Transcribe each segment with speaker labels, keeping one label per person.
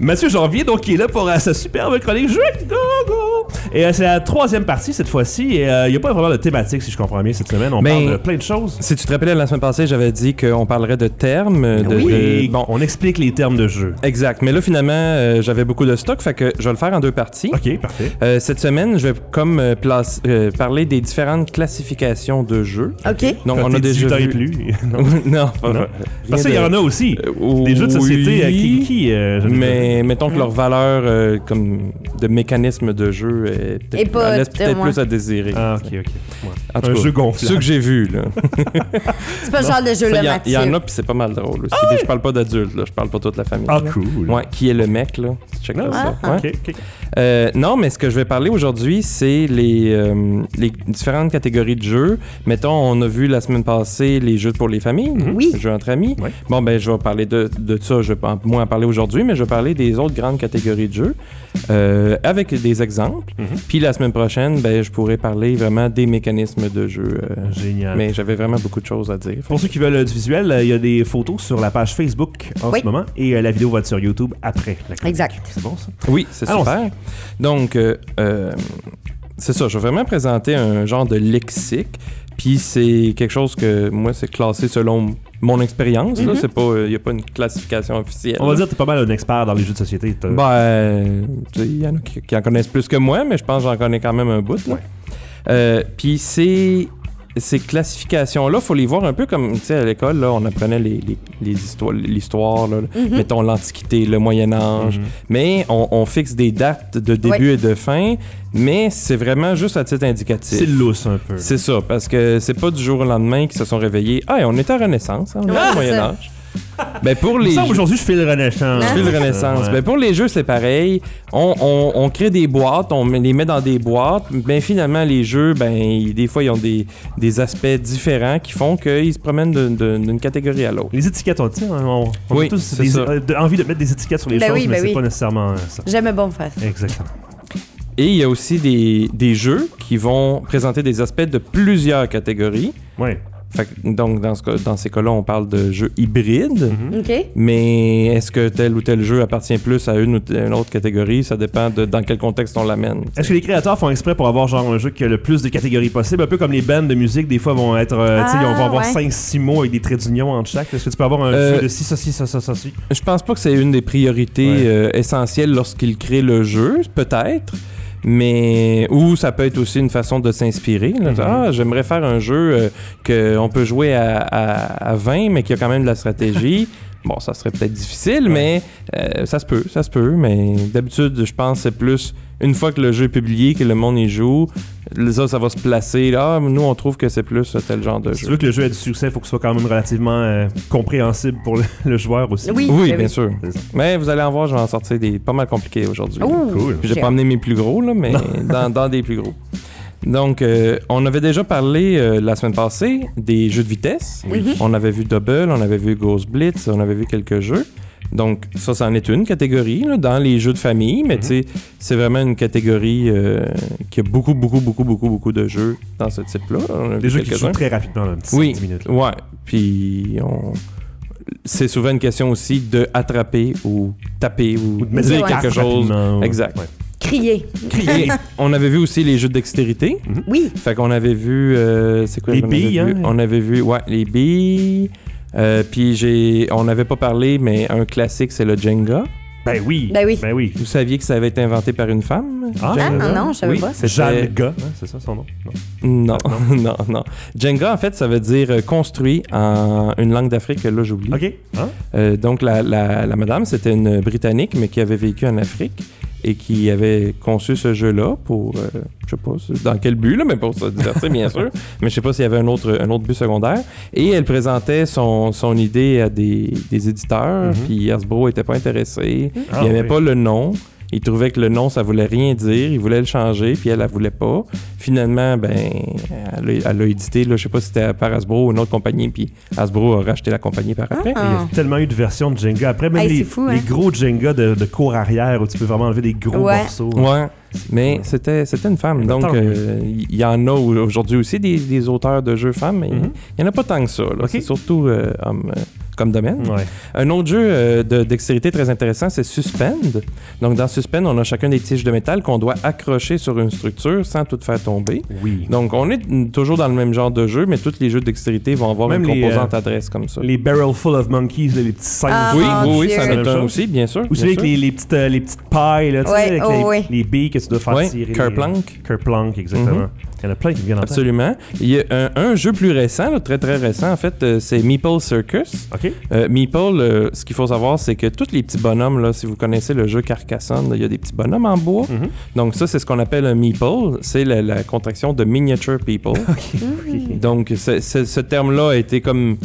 Speaker 1: Mathieu Janvier, donc, qui est là pour euh, sa superbe chronique Jeux de Gogo. Et euh, c'est la troisième partie cette fois-ci. Et euh, il n'y a pas vraiment de thématique, si je comprends bien, cette semaine. On
Speaker 2: Mais-
Speaker 1: parle de plein de choses.
Speaker 2: Si tu te rappelles, la semaine passée, j'avais dit qu'on parlerait de termes. De,
Speaker 1: Et
Speaker 2: de- bon,
Speaker 1: Euh, on explique les termes de jeu.
Speaker 2: exact. Mais là, finalement, euh, j'avais beaucoup de stock, fait que je vais le faire en deux parties.
Speaker 1: Ok, parfait.
Speaker 2: Euh, cette semaine, je vais comme euh, place- euh, parler des différentes classifications de jeux.
Speaker 3: OK.
Speaker 2: Donc,
Speaker 1: Quand
Speaker 2: on a
Speaker 1: Bah, t'es
Speaker 2: déjà
Speaker 1: 18 ans et
Speaker 2: vu...
Speaker 1: plus.
Speaker 2: non, pas-
Speaker 1: Non.
Speaker 2: rien
Speaker 1: Parce qu'il y
Speaker 2: de-
Speaker 1: en a aussi.
Speaker 2: Euh,
Speaker 1: Des jeux de société
Speaker 2: oui,
Speaker 1: euh, qui. qui, euh, je-
Speaker 2: Mais mettons que leur valeur euh, comme de mécanisme de jeu est peut-être-
Speaker 3: Et pas
Speaker 2: laisse peut-être
Speaker 3: de-
Speaker 2: plus à désirer.
Speaker 1: Ah, ok, ok. Ouais.
Speaker 2: En tout
Speaker 1: un
Speaker 2: cas,
Speaker 1: jeu gonflable.
Speaker 2: Ceux que j'ai vus, là.
Speaker 3: C'est pas le genre de jeu là,
Speaker 2: Il y, en a,
Speaker 3: Mathieu.
Speaker 2: puis c'est pas mal drôle aussi. Je parle pas d'adultes, là. Je parle pas toute la famille.
Speaker 1: Ah,
Speaker 2: là.
Speaker 1: cool.
Speaker 2: Ouais, qui est le mec, là? Check
Speaker 1: Ah,
Speaker 2: ça.
Speaker 3: ah,
Speaker 2: Ouais.
Speaker 1: Ok, ok.
Speaker 2: Euh, non, mais ce que je vais parler aujourd'hui, c'est les, euh, les différentes catégories de jeux. Mettons, on a vu la semaine passée les jeux pour les familles,
Speaker 3: Oui.
Speaker 2: les jeux entre amis.
Speaker 1: Mhm. Ouais.
Speaker 2: Bon, ben, je vais parler de, de ça. Je vais pas moins en parler aujourd'hui, mais je vais parler des autres grandes catégories de jeux euh, avec des exemples.
Speaker 1: Mhm.
Speaker 2: Puis la semaine prochaine, ben, je pourrai parler vraiment des mécanismes de jeu. euh,
Speaker 1: Génial.
Speaker 2: mais j'avais vraiment beaucoup de choses à dire.
Speaker 1: Pour ceux qui veulent euh, du visuel, euh, il y a des photos sur la page Facebook en
Speaker 3: Oui.
Speaker 1: ce moment et euh, la vidéo va être sur YouTube après. la chronique.
Speaker 3: Exact.
Speaker 1: C'est bon ça?
Speaker 2: Oui, c'est
Speaker 1: Allons-y.
Speaker 2: super. Donc, euh, euh, c'est ça, je vais vraiment présenter un genre de lexique. Puis c'est quelque chose que moi, c'est classé selon mon expérience. là. C'est pas, Il n'y a pas une classification officielle.
Speaker 1: Mm-hmm. On va dire que t'es pas mal un expert dans les jeux de société. t'as-
Speaker 2: Ben, tu sais, il y en a qui, qui en connaissent plus que moi, mais je pense que j'en connais quand même un bout. là.
Speaker 1: Ouais.
Speaker 2: Euh, Puis ces, ces classifications-là, faut les voir un peu comme, tu sais, à l'école, là, on apprenait les, les- les histoires, l'histoire, là,
Speaker 1: Mm-hmm.
Speaker 2: mettons l'Antiquité, le Moyen-Âge, mais on, on fixe des dates de début et de fin, mais c'est vraiment juste à titre indicatif.
Speaker 1: C'est lousse un peu.
Speaker 2: C'est ça, parce que c'est pas du jour au lendemain qu'ils se sont réveillés. Ah, et on est à Renaissance, hein, on est
Speaker 3: Ah,
Speaker 2: au
Speaker 3: c'est ça.
Speaker 2: Moyen-Âge. Ben, pour
Speaker 1: Il me
Speaker 2: les.
Speaker 1: semble aujourd'hui, je fais le Renaissance.
Speaker 2: Je fais le Renaissance.
Speaker 1: Ouais.
Speaker 2: Ben, pour les jeux, c'est pareil. On, on- on crée des boîtes, on met- les met dans des boîtes. Ben, finalement, les jeux, ben, ils- des fois, ils ont des, des aspects différents qui font qu'ils se promènent de- de- d'une catégorie à l'autre.
Speaker 1: Les étiquettes, on, tu sais, on, on
Speaker 2: Oui,
Speaker 1: a tous
Speaker 2: c'est
Speaker 1: des-
Speaker 2: ça.
Speaker 1: euh, de- envie de mettre des étiquettes sur les
Speaker 3: Ben
Speaker 1: choses,
Speaker 3: oui,
Speaker 1: mais
Speaker 3: ben
Speaker 1: c'est
Speaker 3: oui.
Speaker 1: pas nécessairement euh, ça.
Speaker 3: J'aimais bon faire ça.
Speaker 1: Exactement.
Speaker 2: Et il y a aussi des, des jeux qui vont présenter des aspects de plusieurs catégories.
Speaker 1: Ouais.
Speaker 2: Fait que, donc, dans, ce cas- dans ces cas-là, on parle de jeux hybrides.
Speaker 3: OK?
Speaker 2: Mais est-ce que tel ou tel jeu appartient plus à une ou t- une autre catégorie? Ça dépend de dans quel contexte on l'amène.
Speaker 1: Est-ce que les créateurs font exprès pour avoir genre un jeu qui a le plus de catégories possible? Un peu comme les bands de musique, des fois vont être. euh, tu sais,
Speaker 3: Ah,
Speaker 1: on va avoir
Speaker 3: ouais.
Speaker 1: 5-6 mots avec des traits d'union entre chaque. Est-ce que tu peux avoir un
Speaker 2: Euh,
Speaker 1: jeu de 6, ça, 6, ça, ça, ça, ci?
Speaker 2: Je pense pas que c'est une des priorités
Speaker 1: Ouais.
Speaker 2: euh, essentielles lorsqu'il crée le jeu, peut-être. Mais ou ça peut être aussi une façon de s'inspirer. là.
Speaker 1: Mhm.
Speaker 2: Ah, j'aimerais faire un jeu euh, qu'on peut jouer à, à- à 20, mais qui a quand même de la stratégie. bon, ça serait peut-être difficile, mais euh, ça se peut, ça se peut. Mais d'habitude, je pense que c'est plus une fois que le jeu est publié, que le monde y joue, ça, ça va se placer. Là, Ah, nous, on trouve que c'est plus euh, tel genre de
Speaker 1: Si tu
Speaker 2: jeu.
Speaker 1: veux que le jeu ait du succès, il faut que ce soit quand même relativement euh, compréhensible pour le, le joueur aussi.
Speaker 3: Oui,
Speaker 2: Oui,
Speaker 3: ben
Speaker 2: bien sûr.
Speaker 1: C'est ça.
Speaker 2: Mais vous allez en voir, je vais en sortir des pas mal compliqués aujourd'hui.
Speaker 3: Oh,
Speaker 1: Cool.
Speaker 2: Puis j'ai
Speaker 3: j'ai-
Speaker 2: pas amené mes plus gros, là, mais dans, dans des plus gros. Donc, euh, on avait déjà parlé euh, la semaine passée des jeux de vitesse.
Speaker 3: Oui. Mhm.
Speaker 2: On avait vu Double, on avait vu Ghost Blitz, on avait vu quelques jeux. Donc, ça, c'en est une catégorie là, dans les jeux de famille,
Speaker 1: Mhm.
Speaker 2: mais tu sais, c'est vraiment une catégorie euh, qui a beaucoup, beaucoup, beaucoup, beaucoup, beaucoup de jeux dans ce type-là. On a vu
Speaker 1: Des jeux qui
Speaker 2: quelques-uns.
Speaker 1: jouent très rapidement, là, un petit
Speaker 2: Oui,
Speaker 1: 10 minutes. là.
Speaker 2: ouais. Puis, on... c'est souvent une question aussi de attraper ou taper ou,
Speaker 1: Ou de mettre
Speaker 2: dire
Speaker 1: des
Speaker 3: Ouais.
Speaker 1: cartes
Speaker 2: quelque chose.
Speaker 1: rapidement, ouais.
Speaker 2: Exact.
Speaker 1: Ouais.
Speaker 3: Crier.
Speaker 2: Et on avait vu aussi les jeux de dextérité.
Speaker 1: Mhm.
Speaker 3: Oui.
Speaker 2: Fait qu'on avait vu. euh, c'est quoi
Speaker 1: Les
Speaker 2: qu'on avait
Speaker 1: billes,
Speaker 2: vu?
Speaker 1: hein?
Speaker 2: On avait vu, ouais, les billes. Euh, puis j'ai, on n'avait pas parlé, mais un classique, c'est le Jenga.
Speaker 1: Ben oui.
Speaker 3: Ben oui.
Speaker 1: Ben oui.
Speaker 2: Vous saviez que ça avait été inventé par une femme?
Speaker 1: Ah,
Speaker 3: Ah,
Speaker 2: Jenga?
Speaker 3: non, je savais
Speaker 2: Oui,
Speaker 3: pas.
Speaker 2: c'était-
Speaker 1: Jeanne Ga, hein, c'est ça son nom? Non.
Speaker 2: Non, non, non. Jenga, en fait, ça veut dire euh, construit en une langue d'Afrique. Là, j'oublie.
Speaker 1: OK. Hein?
Speaker 2: Euh, donc, la, la- la madame, c'était une Britannique, mais qui avait vécu en Afrique et qui avait conçu ce jeu-là pour, euh, je sais pas c'est- dans quel but, là, mais pour se divertir, bien sûr. Mais je sais pas s'il y avait un autre, un autre but secondaire. Et elle présentait son, son idée à des, des éditeurs,
Speaker 1: Mhm.
Speaker 2: puis Hasbro était pas intéressé.
Speaker 1: Ah,
Speaker 2: il aimait
Speaker 1: oui.
Speaker 2: pas le nom. Il trouvait que le nom, ça voulait rien dire. Il voulait le changer, puis elle, la voulait pas. Finalement, ben, elle, a- elle a édité, là, je sais pas si c'était par Hasbro ou une autre compagnie, puis Hasbro a racheté la compagnie par après.
Speaker 1: Il y a tellement eu de versions de Jenga. Après, même
Speaker 3: Ah. Hey,
Speaker 1: les,
Speaker 3: c'est fou, hein?
Speaker 1: les gros Jenga de, de cours arrière où tu peux vraiment enlever des gros
Speaker 3: Ouais.
Speaker 1: morceaux.
Speaker 2: Ouais. Mais c'était, c'était une femme.
Speaker 1: Mais
Speaker 2: Donc,
Speaker 1: tant
Speaker 2: euh, il y en a au- aujourd'hui aussi des, des auteurs de jeux femmes, mais il
Speaker 1: Mhm.
Speaker 2: n'y en a pas tant que ça. là.
Speaker 1: Ok.
Speaker 2: C'est surtout euh, homme, euh, comme domaine.
Speaker 1: Ouais.
Speaker 2: Un autre jeu euh, de dextérité très intéressant, c'est Suspend. Donc, dans Suspend, on a chacun des tiges de métal qu'on doit accrocher sur une structure sans tout faire tomber.
Speaker 1: Oui.
Speaker 2: Donc, on est mm, toujours dans le même genre de jeu, mais tous les jeux de dextérité vont avoir
Speaker 1: Même
Speaker 2: une
Speaker 1: les, euh,
Speaker 2: composante adresse comme ça.
Speaker 1: Les barrel full of monkeys, là, les petits singes.
Speaker 3: Ah,
Speaker 2: Oui,
Speaker 3: mon
Speaker 2: oui, oui,
Speaker 3: Dieu.
Speaker 2: ça
Speaker 1: C'est la
Speaker 2: m'étonne
Speaker 1: même chose.
Speaker 2: aussi, bien sûr.
Speaker 1: Ou
Speaker 2: bien
Speaker 1: celui avec
Speaker 2: sûr.
Speaker 1: les, les petites, euh, les petites pailles, là, tu sais,
Speaker 3: Ouais,
Speaker 1: avec
Speaker 3: oh,
Speaker 1: les,
Speaker 3: ouais.
Speaker 1: les billes que tu dois faire
Speaker 2: Ouais,
Speaker 1: tirer.
Speaker 2: Kerplunk. Mhm.
Speaker 1: Les... Kerplunk, exactement. Il y en a plein qui me viennent en tête.
Speaker 2: Absolument. Il y a un, un jeu plus récent, là, très très récent en fait, euh, c'est Meeple Circus.
Speaker 1: OK?
Speaker 2: Euh, Meeple, euh, ce qu'il faut savoir, c'est que tous les petits bonhommes, là, si vous connaissez le jeu Carcassonne, là, il y a des petits bonhommes en bois.
Speaker 1: Mhm.
Speaker 2: Donc ça, c'est ce qu'on appelle un Meeple. C'est la, la contraction de Miniature People. Donc ce- ce- ce terme-là a été comme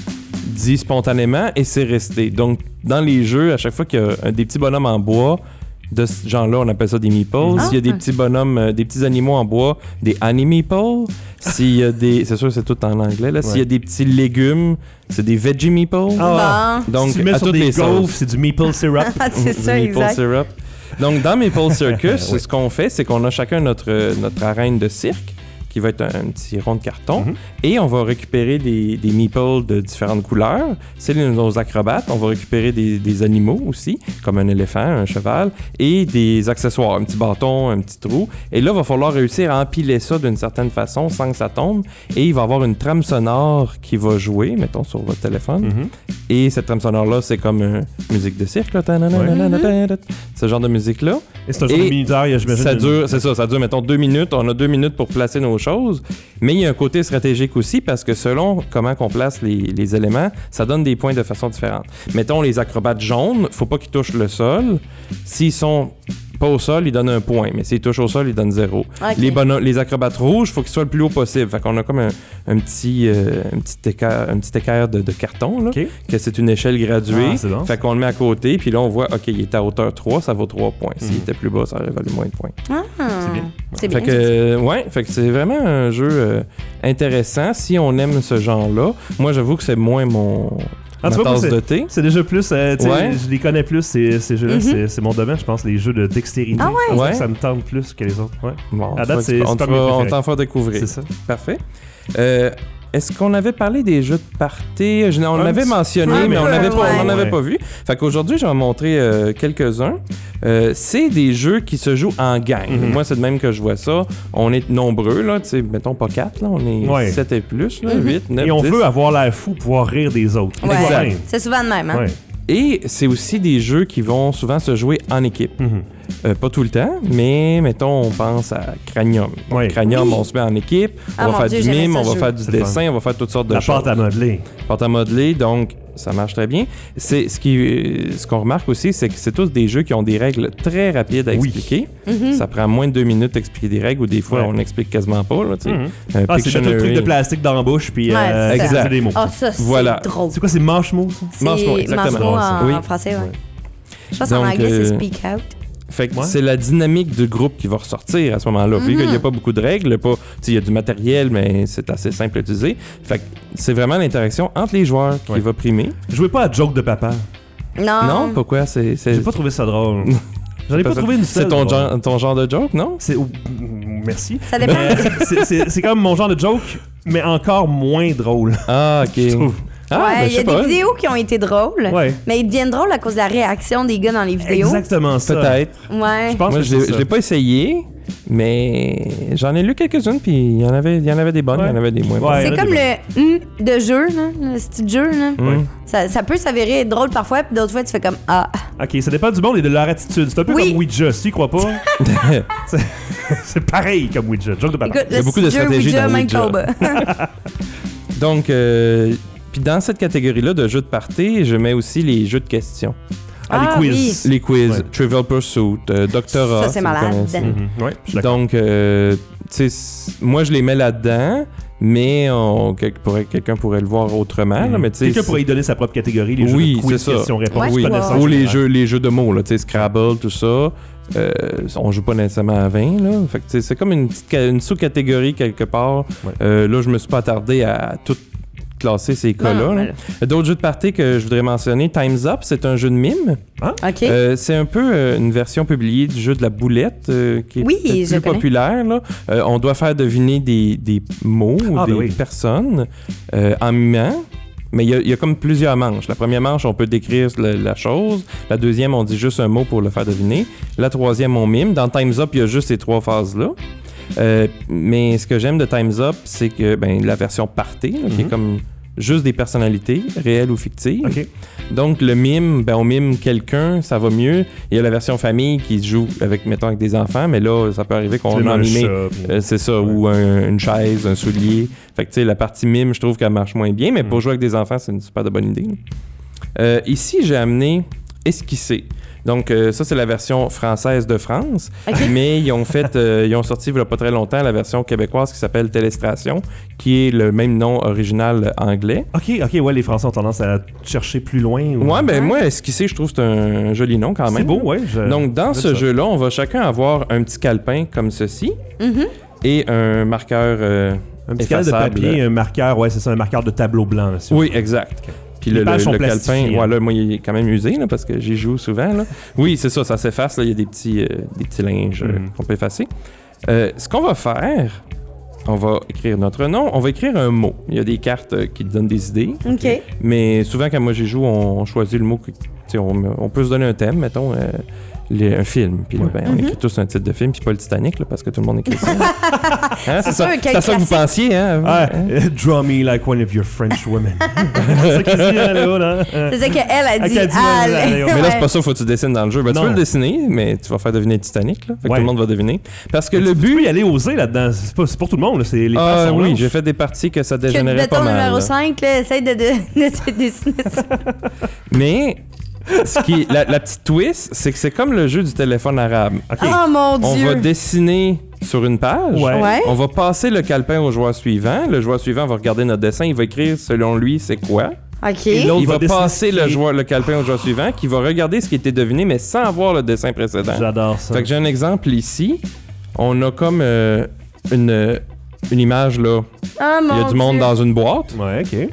Speaker 2: dit spontanément et c'est resté. Donc dans les jeux, à chaque fois qu'il y a un- des petits bonhommes en bois, de ce genre-là, on appelle ça des meeples.
Speaker 3: Ah.
Speaker 2: S'il y a des petits bonhommes, euh, des petits animaux en bois, des animeeples. S'il y a des. C'est sûr, c'est tout en anglais, là. S'il y a
Speaker 1: Ouais.
Speaker 2: des petits légumes, c'est des veggie meeples.
Speaker 1: Ah.
Speaker 2: Donc,
Speaker 1: si tu mets
Speaker 2: à
Speaker 1: sur
Speaker 2: toutes
Speaker 1: des
Speaker 2: les
Speaker 1: gaufres,
Speaker 2: sauces. Mhm.
Speaker 1: c'est du maple syrup.
Speaker 3: Ah, c'est ça,
Speaker 2: Maple
Speaker 3: exact.
Speaker 2: syrup. Donc, dans Maple Circus, ce qu'on fait, c'est qu'on a chacun notre, euh, notre arène de cirque, qui va être un, un petit rond de carton,
Speaker 1: Mhm.
Speaker 2: et on va récupérer des, des meeples de différentes couleurs. C'est les- nos acrobates. On va récupérer des, des animaux aussi, comme un éléphant, un cheval, et des accessoires, un petit bâton, un petit trou. Et là, il va falloir réussir à empiler ça d'une certaine façon sans que ça tombe. Et il va y avoir une trame sonore qui va jouer, mettons, sur votre téléphone.
Speaker 1: Mhm.
Speaker 2: Et cette trame sonore-là, c'est comme une musique de cirque, là. Ta-na-na-na-na-na-na. ce genre de musique-là.
Speaker 1: Et c'est un jeu de
Speaker 2: Et
Speaker 1: minuteur, j'imagine.
Speaker 2: Ça dure, c'est ça, ça dure, mettons, deux minutes. On a deux minutes pour placer nos choses. Mais il y a un côté stratégique aussi parce que selon comment qu'on place les, les éléments, ça donne des points de façon différente. Mettons les acrobates jaunes, faut pas qu'ils touchent le sol. S'ils sont pas au sol, ils donnent un point. Mais s'ils touchent au sol, ils donnent zéro.
Speaker 3: Ok.
Speaker 2: Les, bonho- les acrobates rouges, faut qu'ils soient le plus haut possible. Fait qu'on a comme un, un petit, euh, un petit équerre, un petit équerre de, de carton, là,
Speaker 1: OK.
Speaker 2: que c'est une échelle graduée.
Speaker 1: Ah, c'est bon.
Speaker 2: Fait qu'on le met à côté, puis là, on voit, OK, il est à hauteur 3, ça vaut 3 points.
Speaker 1: Hmm.
Speaker 2: S'il était plus bas, ça aurait valu moins de points.
Speaker 3: Ah.
Speaker 1: bien.
Speaker 3: C'est bien.
Speaker 2: Fait que, euh, ouais, fait que c'est vraiment un jeu euh, intéressant si on aime ce genre-là. Moi, j'avoue que c'est moins mon
Speaker 1: Ah,
Speaker 2: ma
Speaker 1: tu vois, moi,
Speaker 2: tasse de thé.
Speaker 1: C'est des jeux plus, euh, tu sais,
Speaker 2: Ouais.
Speaker 1: je les connais plus, ces, ces jeux-là.
Speaker 3: Mhm.
Speaker 1: C'est- C'est mon domaine, je pense, les jeux de dextérité.
Speaker 3: Ah ouais?
Speaker 1: C'est pour ça que
Speaker 2: Ouais.
Speaker 1: Ça me tente plus que les autres. Ouais.
Speaker 2: Bon,
Speaker 1: À
Speaker 2: tu vas-
Speaker 1: date, c'est-
Speaker 2: on
Speaker 1: c'est
Speaker 2: te
Speaker 1: comme mes
Speaker 2: va- on
Speaker 1: préférés.
Speaker 2: t'en fera découvrir.
Speaker 1: C'est ça.
Speaker 2: Parfait. Euh, Est-ce qu'on avait parlé des jeux de party? Je- on
Speaker 1: Un
Speaker 2: l'avait
Speaker 1: petit
Speaker 2: mentionné,
Speaker 1: peu,
Speaker 2: mais on
Speaker 1: mais-
Speaker 2: n'avait pas, on
Speaker 1: Ouais.
Speaker 2: avait pas vu. Fait qu'aujourd'hui, j'en ai montré euh, quelques-uns. Euh, c'est des jeux qui se jouent en gang.
Speaker 1: Mhm.
Speaker 2: Moi, c'est de même que je vois ça. On est nombreux, là, tu sais, mettons pas 4, là, on est
Speaker 1: Ouais. Mhm.
Speaker 2: 7 et plus, là, 8, 9,
Speaker 1: Et on
Speaker 2: 10.
Speaker 1: veut avoir l'air fou, pouvoir rire des autres.
Speaker 3: Ouais.
Speaker 1: Toi-même.
Speaker 3: C'est souvent de même. Hein?
Speaker 1: Ouais.
Speaker 2: Et c'est aussi des jeux qui vont souvent se jouer en équipe.
Speaker 1: Mhm.
Speaker 2: Euh, pas tout le temps, mais mettons, on pense à Cranium. Donc,
Speaker 1: Ouais.
Speaker 2: Cranium,
Speaker 3: Oui.
Speaker 2: on se met en équipe,
Speaker 3: Ah,
Speaker 2: on
Speaker 3: mon
Speaker 2: va faire
Speaker 3: Dieu,
Speaker 2: du
Speaker 3: j'aimais
Speaker 2: mime,
Speaker 3: ça,
Speaker 2: on
Speaker 3: ce
Speaker 2: va
Speaker 3: jeu.
Speaker 2: faire du
Speaker 1: C'est le
Speaker 2: dessin, on va faire toutes sortes de
Speaker 1: La
Speaker 2: choses.
Speaker 1: pâte à modeler.
Speaker 2: porte à modeler, donc ça marche très bien. C'est ce qui, euh, ce qu'on remarque aussi, c'est que c'est tous des jeux qui ont des règles très rapides à
Speaker 1: Oui.
Speaker 2: expliquer.
Speaker 3: Mm-hmm.
Speaker 2: Ça prend moins de deux minutes d'expliquer des règles, ou des fois
Speaker 1: Ouais.
Speaker 2: on n'explique quasiment pas. Là, tu sais.
Speaker 1: Mhm.
Speaker 2: Un
Speaker 1: Ah, c'est tout le truc
Speaker 2: Pictionary.
Speaker 1: de plastique dans la bouche, puis
Speaker 3: Ouais,
Speaker 1: euh,
Speaker 3: c'est ça.
Speaker 1: c'est des mots.
Speaker 3: Ah, ça, c'est
Speaker 2: Voilà.
Speaker 3: drôle.
Speaker 1: C'est quoi, c'est manche-mot, ça?
Speaker 3: C'est
Speaker 2: Manchemot, exactement.
Speaker 3: Manchemot en,
Speaker 2: Oui.
Speaker 3: en français, ouais.
Speaker 1: Ouais.
Speaker 3: Je pense
Speaker 2: Donc,
Speaker 3: qu'en anglais,
Speaker 2: euh,
Speaker 3: c'est speak out.
Speaker 2: Fait que
Speaker 1: Ouais.
Speaker 2: c'est la dynamique du groupe qui va ressortir à ce moment-là. Vu
Speaker 3: Mm-hmm.
Speaker 2: qu'il n'y a pas beaucoup de règles, pas, tu sais, il y a du matériel, mais c'est assez simple à utiliser. Fait que c'est vraiment l'interaction entre les joueurs qui
Speaker 1: Ouais.
Speaker 2: va primer.
Speaker 1: Jouez pas à Joke de papa.
Speaker 3: Non.
Speaker 2: Non, pourquoi c'est c'est
Speaker 1: J'ai pas trouvé ça drôle. J'en ai pas
Speaker 2: parce-
Speaker 1: trouvé une seule.
Speaker 2: Euh, c'est ton
Speaker 1: drôle.
Speaker 2: genre, ton genre de joke, non
Speaker 1: C'est... oh, Merci.
Speaker 3: Ça dépend.
Speaker 1: Mais c'est- c'est c'est comme mon genre de joke, mais encore moins drôle,
Speaker 2: Ah, ok.
Speaker 1: je trouve.
Speaker 2: Ah,
Speaker 3: ouais,
Speaker 2: ben,
Speaker 3: il
Speaker 2: je
Speaker 3: y a
Speaker 2: sais
Speaker 3: des
Speaker 2: pas.
Speaker 3: vidéos qui ont été drôles.
Speaker 1: Ouais.
Speaker 3: Mais ils deviennent drôles à cause de la réaction des gars dans les vidéos.
Speaker 1: Exactement ça.
Speaker 2: Peut-être.
Speaker 3: Ouais.
Speaker 1: Je pense
Speaker 2: Moi,
Speaker 1: que
Speaker 2: je l'ai-
Speaker 1: c'est
Speaker 2: je
Speaker 1: ça.
Speaker 2: l'ai pas essayé, mais j'en ai lu quelques-unes, puis il y en avait, il y en avait des bonnes, il
Speaker 1: Ouais.
Speaker 2: y en avait des moins bonnes.
Speaker 1: Ouais.
Speaker 3: C'est
Speaker 1: Ah, là, Hum.
Speaker 3: comme
Speaker 1: des-
Speaker 3: le hum de jeu, là, le petit jeu. Là.
Speaker 2: Mm.
Speaker 3: Ça, ça peut s'avérer être drôle parfois, puis d'autres fois, tu fais comme Ah.
Speaker 1: Ok, ça dépend du monde et de leur attitude. C'est un peu
Speaker 3: Oui.
Speaker 1: comme Ouija, si tu y crois pas. c'est c'est pareil comme Ouija. Joke de papa.
Speaker 3: Écoute,
Speaker 2: Il y a
Speaker 3: le
Speaker 2: beaucoup
Speaker 3: petit
Speaker 2: de
Speaker 3: jeu
Speaker 2: stratégies
Speaker 3: Ouija,
Speaker 2: dans
Speaker 3: même
Speaker 2: Ouija.
Speaker 3: combat.
Speaker 2: Donc, euh, puis dans cette catégorie-là de jeux de party, je mets aussi les jeux de questions.
Speaker 1: Ah,
Speaker 3: Ah,
Speaker 1: les quiz.
Speaker 2: Les quiz,
Speaker 1: Ouais.
Speaker 2: Trivial Pursuit, euh, Doctorat.
Speaker 3: Ça,
Speaker 2: si
Speaker 3: c'est
Speaker 2: vous
Speaker 3: malade.
Speaker 2: connaissez.
Speaker 1: Mhm. Ouais, je suis d'accord.
Speaker 2: Donc, euh, tu sais, c- moi, je les mets là-dedans, mais on- quel- pourrait- quelqu'un pourrait le voir autrement. là, ah, mais tu sais,
Speaker 1: Mhm. Quelqu'un
Speaker 2: c'est-
Speaker 1: pourrait y donner sa propre catégorie, les
Speaker 2: Oui,
Speaker 1: jeux de quiz,
Speaker 2: c'est ça.
Speaker 1: questions-réponses,
Speaker 3: Ouais,
Speaker 2: oui.
Speaker 1: connaissances
Speaker 2: ou les
Speaker 1: générales.
Speaker 2: jeux, les jeux de mots, là, tu sais, Scrabble, tout ça. Euh, on joue pas nécessairement à 20, là. Fait que, tu sais, c'est comme une, petite ca- une sous-catégorie quelque part.
Speaker 1: Ouais.
Speaker 2: Euh, là, je me suis pas attardé à tout classer ces
Speaker 3: Non,
Speaker 2: cas-là.
Speaker 3: non,
Speaker 2: là.
Speaker 3: mais là.
Speaker 2: D'autres jeux de party que je voudrais mentionner, Time's Up, c'est un jeu de mime.
Speaker 3: OK.
Speaker 2: Euh, c'est un peu euh, une version publiée du jeu de la boulette euh, qui est
Speaker 3: Oui,
Speaker 2: peut-être
Speaker 3: je
Speaker 2: plus
Speaker 3: connais.
Speaker 2: populaire. là. Euh, on doit faire deviner des, des mots ou
Speaker 1: Ah,
Speaker 2: des
Speaker 1: ben oui.
Speaker 2: personnes euh, en mimant. Mais il y a- il y, a comme plusieurs manches. La première manche, on peut décrire le- la chose. La deuxième, on dit juste un mot pour le faire deviner. La troisième, on mime. Dans Time's Up, il y a juste ces trois phases-là. Euh, mais ce que j'aime de Time's Up, c'est que ben, la version party, là, qui est
Speaker 1: Mhm.
Speaker 2: comme juste des personnalités, réelles ou fictives.
Speaker 1: OK.
Speaker 2: Donc, le mime, ben, on mime quelqu'un, ça va mieux. Il y a la version famille qui se joue avec, mettons, avec des enfants, mais là, ça peut arriver qu'on
Speaker 1: Tu veux
Speaker 2: en
Speaker 1: manger
Speaker 2: mime.
Speaker 1: ça, puis-
Speaker 2: Euh, c'est ça,
Speaker 1: Ouais.
Speaker 2: ou un- une chaise, un soulier. Fait que, tu sais, la partie mime, je trouve qu'elle marche moins bien, mais pour jouer avec des enfants, c'est une super de bonne idée. Euh, ici, j'ai amené Esquisser. Donc, euh, ça, c'est la version française de France,
Speaker 3: Ok.
Speaker 2: mais ils ont fait, euh, ils ont sorti il n'y a pas très longtemps la version québécoise qui s'appelle Télestration, qui est le même nom original anglais.
Speaker 1: OK, OK, ouais, les Français ont tendance à chercher plus loin. ou-
Speaker 2: Ouais, ben
Speaker 3: Ouais.
Speaker 2: moi, esquisser, je trouve que c'est un joli nom quand même. Euh,
Speaker 1: C'est beau, ouais. je-
Speaker 2: Donc,
Speaker 1: j'aime
Speaker 2: dans ce
Speaker 1: ça.
Speaker 2: jeu-là, on va chacun avoir un petit calepin comme ceci
Speaker 3: Mhm.
Speaker 2: et un marqueur. euh,
Speaker 1: Un petit cadre de
Speaker 2: effaçable.
Speaker 1: papier, un marqueur, ouais, c'est ça, un marqueur de tableau blanc. là, si on-
Speaker 2: Oui, exact. Puis
Speaker 1: Les
Speaker 2: le, le-
Speaker 1: pages sont
Speaker 2: le calepin,
Speaker 1: plastifiées, hein.
Speaker 2: voilà, moi, il est quand même usé là, parce que j'y joue souvent. là. Oui, c'est ça, ça s'efface. là, Il y a des petits, euh, des petits linges euh,
Speaker 1: Mhm.
Speaker 2: qu'on peut effacer. Euh, ce qu'on va faire, on va écrire notre nom, on va écrire un mot. Il y a des cartes euh, qui te donnent des idées.
Speaker 3: OK.
Speaker 2: Mais souvent, quand moi j'y joue, on choisit le mot. que- tu sais, on, on peut se donner un thème, mettons, euh, les- un film. Puis là,
Speaker 1: Ouais.
Speaker 2: ben, on écrit tous un titre de film, puis pas le Titanic, là, parce que tout le monde écrit ça. Hein, c'est
Speaker 3: sûr,
Speaker 2: ça,
Speaker 3: quel
Speaker 2: c'est à ça que vous
Speaker 3: classique.
Speaker 2: pensiez, hein? vous,
Speaker 1: Ah,
Speaker 2: hein?
Speaker 1: euh, draw me like one of your French women. c'est ça qu'il dit, hein, Léo, là. Euh,
Speaker 3: C'est ça qu'elle a
Speaker 1: Ah,
Speaker 3: dit.
Speaker 1: qu'elle a dit,
Speaker 3: allez.
Speaker 1: allez, ouais.
Speaker 2: Mais là, c'est
Speaker 3: Ouais.
Speaker 2: pas ça, faut que tu dessines dans le jeu. Ben, tu
Speaker 1: Non.
Speaker 2: peux le dessiner, mais tu vas faire deviner le Titanic, là. Fait que
Speaker 1: Ouais.
Speaker 2: tout le monde va deviner. Parce que
Speaker 1: tu-
Speaker 2: le
Speaker 1: tu peux
Speaker 2: but.
Speaker 1: y aller oser là-dedans. C'est pas- c'est pour tout le monde, là, c'est les
Speaker 2: Ah
Speaker 1: pages sont
Speaker 2: oui,
Speaker 1: blanches.
Speaker 2: j'ai fait des parties que ça
Speaker 3: Que
Speaker 2: dégénérait
Speaker 3: de
Speaker 2: pas
Speaker 3: ton
Speaker 2: mal.
Speaker 3: numéro
Speaker 2: là.
Speaker 3: 5, là, essaye de, de, de te dessiner ça.
Speaker 2: Mais ce qui, la, la petite twist, c'est que c'est comme le jeu du téléphone arabe.
Speaker 1: OK.
Speaker 3: Oh mon
Speaker 2: On
Speaker 3: Dieu!
Speaker 2: va dessiner sur une page.
Speaker 1: Ouais.
Speaker 3: Ouais.
Speaker 2: On va passer le calepin au joueur suivant. Le joueur suivant va regarder notre dessin. Il va écrire selon lui c'est quoi.
Speaker 1: Et
Speaker 3: OK.
Speaker 1: l'autre
Speaker 2: Il va,
Speaker 1: dessiner
Speaker 2: passer
Speaker 1: ce
Speaker 2: le,
Speaker 1: qui-
Speaker 2: joueur, le calepin au joueur suivant qui va regarder ce qui était deviné mais sans voir le dessin précédent.
Speaker 1: J'adore ça.
Speaker 2: Fait que j'ai un exemple ici. On a comme euh, une, une image là.
Speaker 3: Oh mon
Speaker 2: Il y a du monde
Speaker 3: Dieu.
Speaker 2: dans une boîte
Speaker 1: Ouais, OK.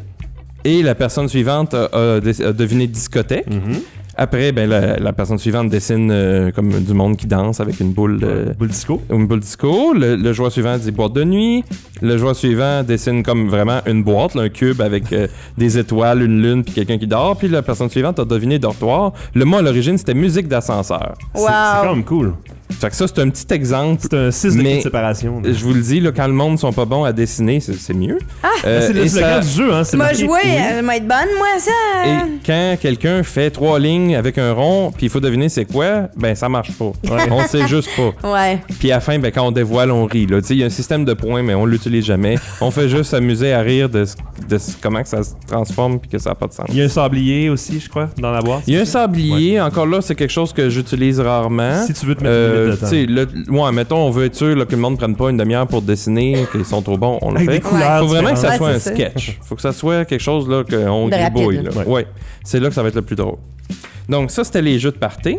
Speaker 2: et la personne suivante a, a dé- a deviné discothèque.
Speaker 1: Mhm.
Speaker 2: Après, ben, la, la personne suivante dessine euh, comme du monde qui danse avec une boule de,
Speaker 1: Boule disco.
Speaker 2: une boule disco. Le, le joueur suivant dit boîte de nuit. Le joueur suivant dessine comme vraiment une boîte, là, un cube avec euh, des étoiles, une lune, puis quelqu'un qui dort. Puis la personne suivante a deviné dortoir. Le mot à l'origine, c'était musique d'ascenseur.
Speaker 1: C'est- C'est quand
Speaker 3: Wow!
Speaker 1: même cool.
Speaker 2: Fait que ça, c'est un petit exemple.
Speaker 1: C'est un 6 de
Speaker 2: Mais-
Speaker 1: de séparation. là.
Speaker 2: Euh, Je vous le dis, là, quand le monde sont pas bons à dessiner, c'est c'est mieux. Euh,
Speaker 1: Ah! C'est le
Speaker 2: et
Speaker 1: slogan
Speaker 2: ça-
Speaker 1: du jeu, hein. c'est
Speaker 3: Moi,
Speaker 1: marqué.
Speaker 3: jouer, euh, elle m'a être bonne, moi,
Speaker 2: Et
Speaker 3: ça!
Speaker 2: quand quelqu'un fait trois lignes avec un rond, puis il faut deviner c'est quoi, ben ça marche pas. On sait juste pas.
Speaker 3: Ouais.
Speaker 2: Puis à la fin, ben, quand on dévoile, on rit. là. Tu sais, Il y a un système de points, mais on l'utilise jamais. on fait juste s'amuser à rire de, ce- de ce- comment que ça se transforme puis que ça n'a pas de sens.
Speaker 1: Il y a un sablier aussi, je crois, dans la boîte.
Speaker 2: Il y a un sablier, encore là, c'est quelque chose que j'utilise rarement.
Speaker 1: Si tu veux te mettre une
Speaker 2: Euh,
Speaker 1: limite de
Speaker 2: tu
Speaker 1: temps.
Speaker 2: sais, le, ouais, mettons, on veut être sûr là, que le monde ne prenne pas une demi-heure pour dessiner, qu'ils sont trop bons, on le
Speaker 1: Avec des
Speaker 2: fait.
Speaker 1: couleurs.
Speaker 2: Faut vraiment que ça
Speaker 3: Ouais,
Speaker 2: soit un
Speaker 3: c'est ça.
Speaker 2: sketch. Faut que ça soit quelque chose là qu'on
Speaker 3: De rapide,
Speaker 2: gribouille.
Speaker 3: là.
Speaker 2: là.
Speaker 1: Ouais.
Speaker 2: Ouais. C'est là que ça va être le plus drôle. Donc ça, c'était les jeux de party.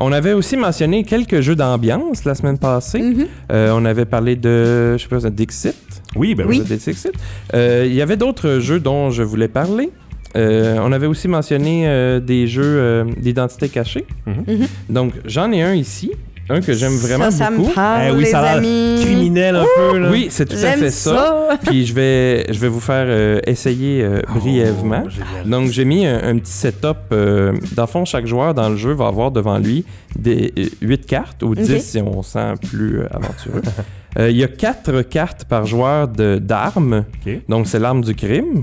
Speaker 2: On avait aussi mentionné quelques jeux d'ambiance la semaine passée.
Speaker 3: Mhm.
Speaker 2: Euh, on avait parlé de, je sais pas, de Dixit.
Speaker 1: Oui, ben oui.
Speaker 3: Oui.
Speaker 2: Vous avez Dixit. Euh, Il y avait d'autres jeux dont je voulais parler. Euh, on avait aussi mentionné euh, des jeux euh, d'identité cachée.
Speaker 3: Mhm.
Speaker 2: Donc, j'en ai un ici, un que j'aime vraiment
Speaker 3: ça, ça
Speaker 2: beaucoup.
Speaker 3: me parle,
Speaker 1: Eh oui,
Speaker 3: les
Speaker 1: ça a
Speaker 3: amis.
Speaker 1: l'air criminel un peu, là.
Speaker 2: Oui, c'est tout à
Speaker 3: J'aime
Speaker 2: fait ça.
Speaker 3: ça.
Speaker 2: Puis je vais, je vais vous faire euh, essayer euh, brièvement.
Speaker 1: Oh, génial.
Speaker 2: Donc, j'ai mis un, un petit setup. euh, dans le fond, chaque joueur dans le jeu va avoir devant lui des 8 cartes ou 10
Speaker 3: Ok.
Speaker 2: si on se sent plus euh, aventureux. Euh, Il y a 4 cartes par joueur de- d'armes.
Speaker 1: Ok.
Speaker 2: Donc, c'est l'arme du crime.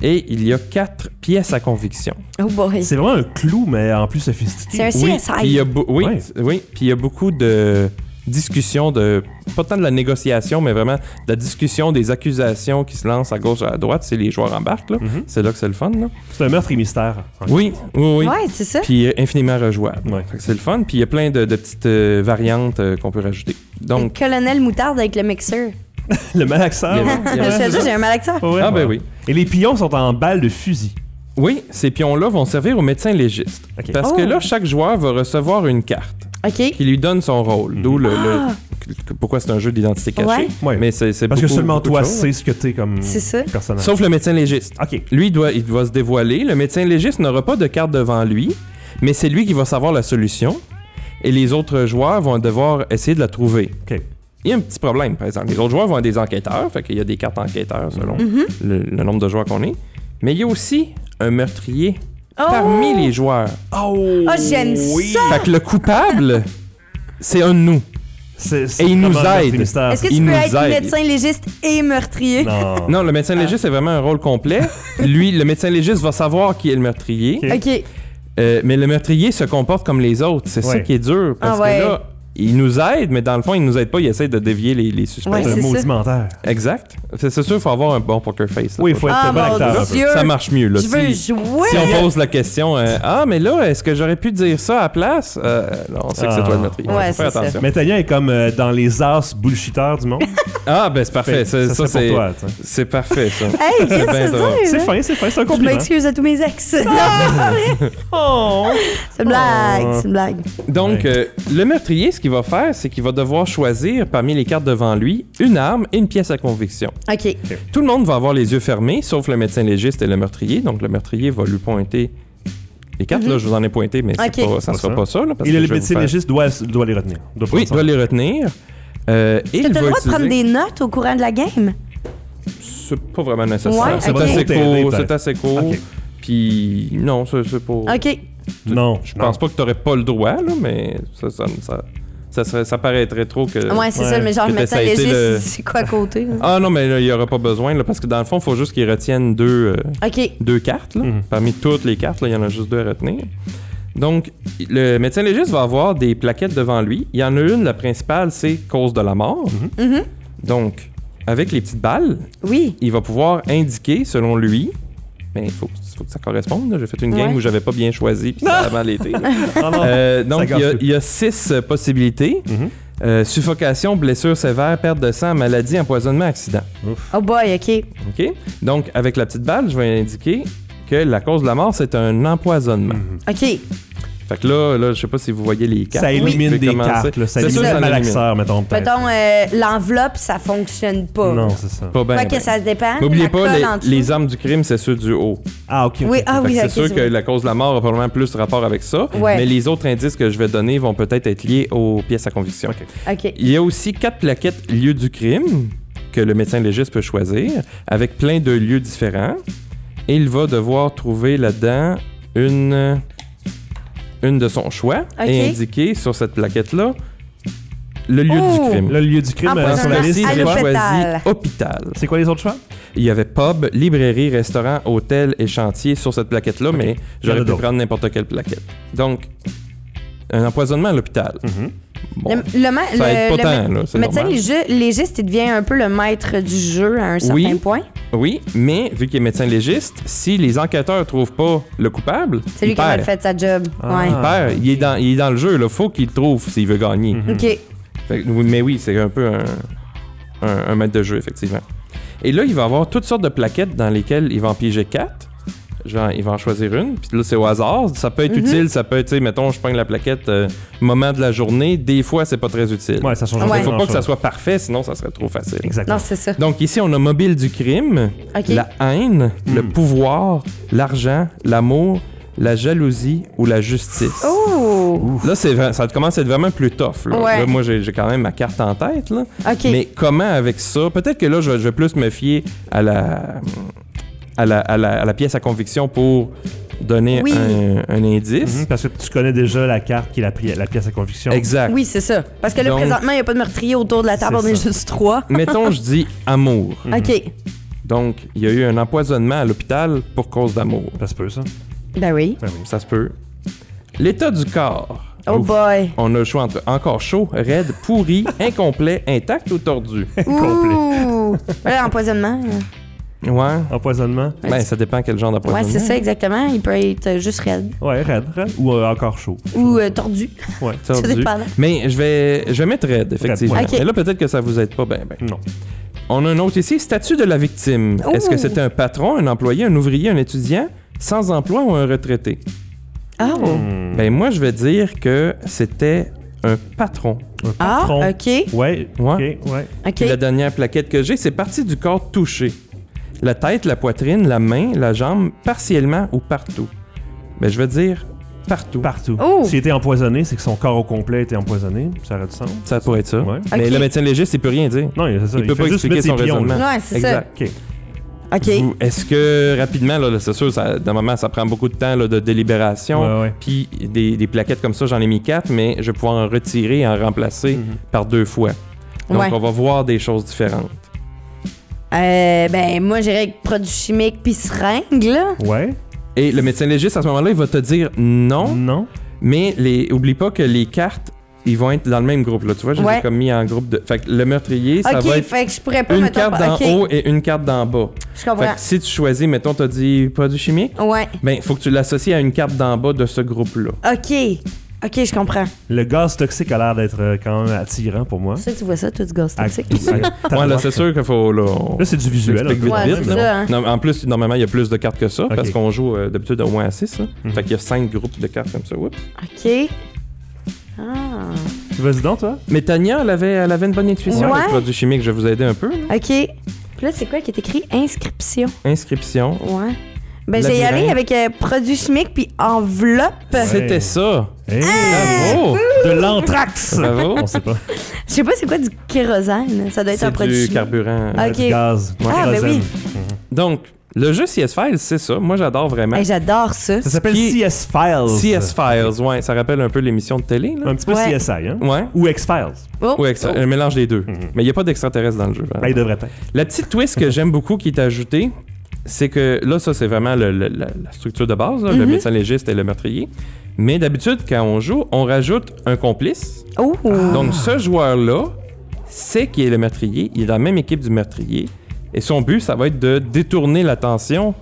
Speaker 2: Et il y a 4 pièces à conviction.
Speaker 3: Oh boy.
Speaker 1: C'est vraiment un clou, mais en plus sophistiqué.
Speaker 3: C'est un
Speaker 2: Oui,
Speaker 3: CSI.
Speaker 2: puis il y a beau- oui,
Speaker 1: Ouais.
Speaker 2: oui, puis il y a beaucoup de discussions, de, pas tant de la négociation, mais vraiment de la discussion des accusations qui se lancent à gauche, à droite, c'est les joueurs embarquent. Là.
Speaker 1: Mhm.
Speaker 2: C'est là que c'est le fun. Là.
Speaker 1: C'est un meurtre et mystère.
Speaker 2: Oui, oui, oui.
Speaker 3: Ouais, c'est ça.
Speaker 2: Puis euh, infiniment rejouable.
Speaker 1: Ouais.
Speaker 2: Fait que c'est le fun. Puis il y a plein de, de petites euh, variantes euh, qu'on peut rajouter.
Speaker 3: Le
Speaker 2: Donc,
Speaker 3: colonel moutarde avec le mixeur.
Speaker 1: Le malaxeur.
Speaker 2: Il y a-
Speaker 1: ouais.
Speaker 2: il y a-
Speaker 3: Je te jure, j'ai un malaxeur.
Speaker 1: Ouais, ouais.
Speaker 2: ah ben oui.
Speaker 1: Et les pions sont en balles de fusil.
Speaker 2: Oui, ces pions-là vont servir au médecin légiste.
Speaker 1: Ok.
Speaker 2: Parce que
Speaker 3: Oh.
Speaker 2: là, chaque joueur va recevoir une carte.
Speaker 3: OK.
Speaker 2: qui lui donne son rôle. D'où le, le- que- pourquoi c'est un jeu d'identité cachée.
Speaker 3: Ah. Ouais.
Speaker 1: Mm-hmm. Ouais.
Speaker 2: Mais c'est, c'est
Speaker 1: Parce que
Speaker 2: beaucoup-
Speaker 1: seulement
Speaker 2: beaucoup de
Speaker 1: toi
Speaker 2: choses.
Speaker 1: sais ce que t'es comme
Speaker 3: C'est ça.
Speaker 1: personnage.
Speaker 2: Sauf le médecin légiste.
Speaker 1: Ok.
Speaker 2: Lui, il doit, il doit se dévoiler. Le médecin légiste n'aura pas de carte devant lui, mais c'est lui qui va savoir la solution. Et les autres joueurs vont devoir essayer de la trouver.
Speaker 1: Ok.
Speaker 2: Il y a un petit problème, par exemple. Les autres joueurs vont être des enquêteurs, fait qu'il y a des cartes enquêteurs selon le, le nombre de joueurs qu'on est. Mais il y a aussi un meurtrier parmi les joueurs.
Speaker 1: Oh,
Speaker 3: Ah, j'aime ça!
Speaker 2: Fait que le coupable, c'est un de nous.
Speaker 1: C'est- c'est
Speaker 2: Et il
Speaker 1: comme
Speaker 2: nous
Speaker 1: un meurtre
Speaker 2: aide.
Speaker 1: et mystère.
Speaker 3: Est-ce que
Speaker 2: Ah, Il
Speaker 3: tu peux
Speaker 2: nous
Speaker 3: être
Speaker 2: aide.
Speaker 3: médecin légiste et meurtrier?
Speaker 1: Non.
Speaker 2: Non, le médecin légiste, c'est vraiment un rôle complet. Lui, le médecin légiste va savoir qui est le meurtrier.
Speaker 1: Ok.
Speaker 3: OK.
Speaker 2: Euh, mais le meurtrier se comporte comme les autres. C'est ça
Speaker 1: Ouais.
Speaker 2: qui est dur. Parce
Speaker 3: Ah ouais.
Speaker 2: que là, il nous aide, mais dans le fond, il nous aide pas. Il essaie de dévier les, les suspects.
Speaker 3: Ouais,
Speaker 1: c'est un
Speaker 3: c'est
Speaker 1: maudit
Speaker 3: ça.
Speaker 1: menteur.
Speaker 2: Exact. C'est c'est sûr qu'il faut avoir un bon poker face. là,
Speaker 1: Oui, il faut
Speaker 2: pour-
Speaker 1: être
Speaker 3: Ah,
Speaker 1: un bon
Speaker 3: mon
Speaker 1: acteur.
Speaker 3: Dieu.
Speaker 2: Ça marche mieux. Là.
Speaker 3: Je veux
Speaker 2: si,
Speaker 3: jouer!
Speaker 2: si on pose la question, euh, ah, mais là, est-ce que j'aurais pu dire ça à la place? Euh, non, on sait que c'est
Speaker 1: Ah.
Speaker 2: toi le meurtrier.
Speaker 3: Ouais,
Speaker 2: Faut faire
Speaker 3: c'est ça.
Speaker 2: attention.
Speaker 1: Mais Tania est comme euh, dans les as bullshiteurs du monde.
Speaker 2: Ah, ben c'est parfait.
Speaker 1: Fait que
Speaker 2: Ça, ça,
Speaker 1: serait
Speaker 2: c'est
Speaker 1: pour toi. tu sais.
Speaker 2: c'est parfait, ça.
Speaker 3: Hey, qu'est-ce que
Speaker 2: bien
Speaker 3: c'est
Speaker 2: drôle.
Speaker 3: dur,
Speaker 1: C'est
Speaker 3: hein?
Speaker 1: fin, c'est fin, c'est un
Speaker 3: Je
Speaker 1: compliment.
Speaker 3: m'excuse à tous mes ex.
Speaker 2: Ah!
Speaker 3: Non,
Speaker 1: Oh.
Speaker 3: c'est vrai. C'est
Speaker 2: Oh.
Speaker 3: une blague, c'est une blague.
Speaker 2: Donc,
Speaker 1: Ouais.
Speaker 2: euh, le meurtrier, ce qu'il va faire, c'est qu'il va devoir choisir parmi les cartes devant lui une arme et une pièce à conviction.
Speaker 3: OK.
Speaker 2: Tout le monde va avoir les yeux fermés, sauf le médecin légiste et le meurtrier. Donc, le meurtrier va lui pointer les cartes. Là, je vous en ai pointé, mais c'est
Speaker 3: Mhm. Ok.
Speaker 2: pas- ça ne
Speaker 1: Pas
Speaker 2: sera
Speaker 1: ça.
Speaker 2: pas ça. là, parce
Speaker 1: Et
Speaker 2: que
Speaker 1: le
Speaker 2: je vais
Speaker 1: médecin
Speaker 2: vous faire-
Speaker 1: légiste doit, doit les retenir. Doit
Speaker 2: Oui,
Speaker 1: prendre
Speaker 2: doit les retenir. Euh, et
Speaker 3: T'as
Speaker 2: il
Speaker 3: le
Speaker 2: va
Speaker 3: droit de
Speaker 2: utiliser-
Speaker 3: prendre des notes au courant de la game?
Speaker 2: C'est pas vraiment nécessaire.
Speaker 3: Ouais,
Speaker 2: c'est
Speaker 3: ok.
Speaker 2: assez
Speaker 1: Ça va t'aider,
Speaker 2: court.
Speaker 1: peut-être.
Speaker 2: C'est assez court.
Speaker 1: Ok.
Speaker 2: Puis, non, c'est c'est pas.
Speaker 3: OK.
Speaker 2: Euh,
Speaker 1: ça. Non,
Speaker 2: Je pense pas que tu n'aurais pas le droit, là, mais ça, ça, ça, ça, serait- ça paraîtrait trop que.
Speaker 3: Ouais, c'est ça, mais genre,
Speaker 2: Que
Speaker 3: le médecin
Speaker 2: t'essayes, tu sais,
Speaker 3: légiste,
Speaker 2: le-
Speaker 3: c'est quoi à côté? là?
Speaker 2: Ah non, mais là, il n'y aura pas besoin, là, parce que dans le fond, il faut juste qu'ils retiennent deux. euh,
Speaker 3: OK.
Speaker 2: deux cartes. là.
Speaker 1: Mhm.
Speaker 2: Parmi toutes les cartes, là, il y en a juste deux à retenir. Donc, le médecin légiste va avoir des plaquettes devant lui. Il y en a une, la principale, c'est cause de la mort.
Speaker 3: Mhm.
Speaker 2: Donc, avec les petites balles,
Speaker 3: Oui.
Speaker 2: il va pouvoir indiquer, selon lui, mais il faut, faut que ça corresponde. là. J'ai fait une game
Speaker 3: Ouais.
Speaker 2: où j'avais pas bien choisi, puis ça a mal été. là.
Speaker 1: Non, non.
Speaker 2: Euh, donc,
Speaker 1: Ah. Ça
Speaker 2: il y, a,
Speaker 1: gâche tout.
Speaker 2: il y a six euh, possibilités.
Speaker 1: Mhm.
Speaker 2: Euh, suffocation, blessure sévère, perte de sang, maladie, empoisonnement, accident.
Speaker 3: Oh boy, OK.
Speaker 2: OK? Donc, avec la petite balle, je vais indiquer que la cause de la mort, c'est un empoisonnement.
Speaker 3: OK.
Speaker 2: Fait que là, là, je sais pas si vous voyez les cartes.
Speaker 1: Mhm. Ça élimine
Speaker 2: Oui.
Speaker 1: des
Speaker 2: Comment
Speaker 1: cartes.
Speaker 2: c'est?
Speaker 1: là, ça
Speaker 2: C'est
Speaker 1: élimine
Speaker 2: sûr,
Speaker 1: le
Speaker 2: ça
Speaker 1: malaxeur, mettons. peut-être.
Speaker 3: Mettons, euh, l'enveloppe, ça fonctionne pas.
Speaker 1: Non, c'est ça.
Speaker 2: Pas bien.
Speaker 3: Quoi que ça se dépend.
Speaker 2: Ben, N'oubliez
Speaker 3: la colle
Speaker 2: pas,
Speaker 3: en
Speaker 2: les,
Speaker 3: dessous.
Speaker 2: les armes du crime, c'est ceux du haut.
Speaker 1: Ah, ok. ok.
Speaker 3: Oui,
Speaker 2: Fait
Speaker 3: ah
Speaker 2: que
Speaker 3: oui,
Speaker 2: c'est
Speaker 3: ok,
Speaker 2: sûr que
Speaker 3: vrai.
Speaker 2: la cause de la mort a probablement plus rapport avec ça.
Speaker 3: Ouais.
Speaker 2: Mais les autres indices que je vais donner vont peut-être être liés aux pièces à conviction.
Speaker 3: OK.
Speaker 2: Il y a aussi quatre plaquettes lieux du crime que le médecin légiste peut choisir, avec plein de lieux différents. Et il va devoir trouver là-dedans une, une de son choix
Speaker 3: Ok.
Speaker 2: et indiquer sur cette plaquette-là le lieu
Speaker 3: Oh!
Speaker 2: du crime.
Speaker 1: Le lieu du crime euh, sur la
Speaker 3: Empoisonnement.
Speaker 1: liste.
Speaker 2: Ici,
Speaker 3: à
Speaker 2: j'ai
Speaker 3: l'hôpital.
Speaker 2: choisi hôpital.
Speaker 1: C'est quoi les autres choix?
Speaker 2: Il y avait pub, librairie, restaurant, hôtel et chantier sur cette plaquette-là,
Speaker 1: Il
Speaker 2: mais
Speaker 1: y en a
Speaker 2: j'aurais pu
Speaker 1: d'autres.
Speaker 2: prendre n'importe quelle plaquette. Donc, un empoisonnement à l'hôpital.
Speaker 1: Mhm.
Speaker 2: Bon,
Speaker 3: Le, le, ma-
Speaker 2: ça
Speaker 3: le-
Speaker 2: aide pas
Speaker 3: le
Speaker 2: tant,
Speaker 3: ma-
Speaker 2: là, c'est
Speaker 3: médecin
Speaker 2: normal.
Speaker 3: légi- légiste, il devient un peu le maître du jeu à un certain
Speaker 2: Oui.
Speaker 3: point.
Speaker 2: Oui, mais vu qu'il est médecin légiste, si les enquêteurs trouvent pas le coupable,
Speaker 3: C'est lui
Speaker 2: il
Speaker 3: qui a
Speaker 2: perd.
Speaker 3: mal fait sa job.
Speaker 1: Ah.
Speaker 2: Il perd. Il est dans, il est dans le jeu. Là. Faut qu'il le trouve s'il veut gagner.
Speaker 1: Mhm.
Speaker 3: Ouais. OK.
Speaker 2: Fait que- oui, mais oui, c'est un peu un, un, un maître de jeu, effectivement. Et là, il va avoir toutes sortes de plaquettes dans lesquelles il va en piéger quatre. Genre, il va en choisir une. Puis là, c'est au hasard. Ça peut être
Speaker 3: Mhm.
Speaker 2: utile. Ça peut être, tu sais, mettons, je prends la plaquette euh, moment de la journée. Des fois, c'est pas très utile.
Speaker 1: Ouais, ça change
Speaker 3: Ouais.
Speaker 2: Il faut
Speaker 1: grand
Speaker 2: pas que ça
Speaker 1: chose.
Speaker 2: soit parfait, sinon, ça serait trop facile.
Speaker 3: Non,
Speaker 1: Exactement.
Speaker 3: c'est ça.
Speaker 2: Donc ici, on a mobile du crime,
Speaker 3: OK.
Speaker 2: la haine,
Speaker 1: Hmm.
Speaker 2: le pouvoir, l'argent, l'amour, la jalousie ou la justice.
Speaker 3: Oh!
Speaker 2: Là, c'est vrai- ça commence à être vraiment plus tough. Là,
Speaker 3: Ouais.
Speaker 2: Là, moi, j'ai j'ai quand même ma carte en tête. Là.
Speaker 3: OK.
Speaker 2: Mais comment avec ça? Peut-être que là, je, vais- je vais plus me fier à la, à la, à la- à la pièce à conviction pour donner
Speaker 3: Oui.
Speaker 2: un, un indice.
Speaker 1: Mhm, Parce que tu connais déjà la carte qui est la, pri- la pièce à conviction.
Speaker 2: Exact.
Speaker 3: Oui, c'est ça. Parce que là,
Speaker 2: Donc-
Speaker 3: présentement, il n'y a pas de meurtrier autour de la table, on
Speaker 1: C'est
Speaker 3: est
Speaker 1: ça.
Speaker 3: juste trois.
Speaker 2: Mettons, je dis amour.
Speaker 3: OK.
Speaker 2: Donc, il y a eu un empoisonnement à l'hôpital pour cause d'amour.
Speaker 1: Ça se peut, ça.
Speaker 3: Ben oui.
Speaker 1: Ben oui.
Speaker 2: Ça se peut. L'état du corps.
Speaker 3: Oh
Speaker 2: Ouf.
Speaker 3: boy.
Speaker 2: On a le choix entre encore chaud, raide, pourri, incomplet, intact ou tordu.
Speaker 1: Complet.
Speaker 3: Ouh! Ouais, empoisonnement.
Speaker 2: Ouais.
Speaker 1: Empoisonnement.
Speaker 2: Ben, ça dépend quel genre
Speaker 3: Ouais,
Speaker 2: d'empoisonnement.
Speaker 3: c'est ça, exactement. Il peut être euh, juste raide
Speaker 1: Ouais, raide, raide. Ou euh, encore chaud.
Speaker 3: ou euh, tordu.
Speaker 1: Ouais.
Speaker 2: Tordu.
Speaker 3: Ça dépend.
Speaker 2: Mais je vais, je vais mettre raide, effectivement.
Speaker 1: ouais.
Speaker 3: Ok.
Speaker 2: Mais là, peut-être que ça vous aide pas ben, ben.
Speaker 1: Non.
Speaker 2: On a un autre ici, statut de la victime.
Speaker 3: Ouh.
Speaker 2: Est-ce que c'était un patron, un employé, un ouvrier, un étudiant, sans emploi ou un retraité?
Speaker 3: Oh!
Speaker 1: Hmm.
Speaker 2: Mm. Ben, moi, je vais dire que c'était un patron.
Speaker 3: Ah,
Speaker 1: Patron.
Speaker 3: OK.
Speaker 1: Ouais.
Speaker 2: Ouais.
Speaker 1: Ok, ouais.
Speaker 3: OK.
Speaker 2: Puis la dernière plaquette que j'ai, c'est partie du corps touché. La tête, la poitrine, la main, la jambe, partiellement ou partout. Mais je veux dire partout.
Speaker 1: Partout.
Speaker 3: Oh!
Speaker 1: S'il était empoisonné, c'est que son corps au complet était empoisonné. Ça aurait du sens.
Speaker 2: Ça pourrait être ça.
Speaker 1: Ouais.
Speaker 2: Mais
Speaker 3: Ok.
Speaker 2: le médecin légiste, il peut rien dire.
Speaker 1: Non, c'est ça.
Speaker 2: Il peut
Speaker 1: fait
Speaker 2: pas
Speaker 1: juste
Speaker 2: expliquer
Speaker 1: mettre ses
Speaker 2: son
Speaker 1: pions, là.
Speaker 2: raisonnement.
Speaker 3: Ouais, c'est ça.
Speaker 2: Exact.
Speaker 1: Ok.
Speaker 3: OK.
Speaker 2: Vous- Est-ce que rapidement, là, là, c'est sûr, ça, d'un moment, ça prend beaucoup de temps là, de délibération.
Speaker 1: Ouais, ouais.
Speaker 2: Puis des, des plaquettes comme ça, j'en ai mis quatre, mais je vais pouvoir en retirer et en remplacer
Speaker 1: Mhm.
Speaker 2: par deux fois. Donc,
Speaker 3: Ouais.
Speaker 2: on va voir des choses différentes.
Speaker 3: Euh, ben, moi, j'irais avec produits chimiques puis seringues, là.
Speaker 1: Ouais.
Speaker 2: Et le médecin légiste, à ce moment-là, il va te dire non,
Speaker 1: Non.
Speaker 2: mais les, oublie pas que les cartes, ils vont être dans le même groupe. Là. Tu vois, je les
Speaker 3: Ouais.
Speaker 2: ai comme mis en groupe de. Fait que le meurtrier, ça va
Speaker 3: OK,
Speaker 2: être
Speaker 3: fait que je pourrais pas,
Speaker 2: une
Speaker 3: mettons,
Speaker 2: carte
Speaker 3: pas-
Speaker 2: d'en
Speaker 3: OK,
Speaker 2: haut et une carte d'en bas.
Speaker 3: Je
Speaker 2: Fait
Speaker 3: comprends.
Speaker 2: que si tu choisis, mettons, t'as dit produit chimique,
Speaker 3: Ouais.
Speaker 2: ben, faut que tu l'associes à une carte d'en bas de ce groupe-là.
Speaker 3: OK. OK, je comprends.
Speaker 1: Le gaz toxique a l'air d'être euh, quand même attirant pour moi.
Speaker 3: C'est ça que tu vois ça, toi, du
Speaker 2: Ah,
Speaker 3: gaz
Speaker 1: À-
Speaker 3: toxique.
Speaker 1: à-
Speaker 2: Ouais, là, c'est sûr qu'il faut. Là, on-
Speaker 1: Là, c'est du visuel.
Speaker 2: Explique
Speaker 1: un peu,
Speaker 2: vite,
Speaker 1: quand
Speaker 3: Ouais,
Speaker 2: vite,
Speaker 1: même,
Speaker 3: c'est
Speaker 1: mais
Speaker 3: ça. hein.
Speaker 2: Non, en plus, normalement, il y a plus de cartes que ça,
Speaker 1: Ok.
Speaker 2: parce qu'on joue euh, d'habitude au moins à 6.
Speaker 1: Mhm.
Speaker 2: Fait qu'il y a 5 groupes de cartes comme ça. Oups.
Speaker 3: OK. Ah.
Speaker 1: bon. Vas-y donc, toi.
Speaker 2: Mais Tania, elle avait, elle avait une bonne intuition
Speaker 3: Ouais.
Speaker 2: avec le produit chimique. Je vais vous aider un peu. là.
Speaker 3: OK. Puis là, c'est quoi qui est écrit? Inscription.
Speaker 2: Inscription.
Speaker 3: Ouais. Ben, j'ai y
Speaker 2: Labyrinthe.
Speaker 3: aller avec euh, produits chimiques puis enveloppe.
Speaker 1: Ouais.
Speaker 2: C'était ça.
Speaker 1: Hey,
Speaker 2: Bravo.
Speaker 1: De l'anthrax.
Speaker 2: Oh! Bravo.
Speaker 1: On sait pas.
Speaker 3: Je sais pas c'est quoi du kérosène. hein. Ça doit être un
Speaker 2: C'est
Speaker 3: produit
Speaker 2: du
Speaker 3: chimique.
Speaker 2: carburant.
Speaker 3: Ah.
Speaker 1: Ouais,
Speaker 3: Ok.
Speaker 1: Du gaz. du
Speaker 3: Ah, ben
Speaker 1: kérosène.
Speaker 3: oui.
Speaker 2: Donc, le jeu CS Files, c'est ça. Moi, j'adore vraiment.
Speaker 3: Hey, J'adore ça.
Speaker 1: Ça s'appelle
Speaker 2: Qui-
Speaker 1: CS Files.
Speaker 2: CS Files, ouais. Ça rappelle un peu l'émission de télé, là.
Speaker 1: Un petit peu
Speaker 3: Ouais.
Speaker 1: CSI, hein?
Speaker 2: Ouais.
Speaker 1: Ou X-Files.
Speaker 3: Oh.
Speaker 2: Ouais, ça- un mélange des deux. Mais il n'y a pas d'extraterrestre dans le jeu. vraiment.
Speaker 1: Ben, il devrait être.
Speaker 2: La petite twist que j'aime beaucoup qui est ajoutée, c'est que là, ça, c'est vraiment le- le- la, la structure de base, là, le
Speaker 3: Mhm.
Speaker 2: médecin légiste et le meurtrier. Mais d'habitude, quand on joue, on rajoute un complice.
Speaker 3: Oh.
Speaker 2: Donc, ce joueur-là sait qu'il est le meurtrier. Il est dans la même équipe du meurtrier. Et son but, ça va être de détourner l'attention.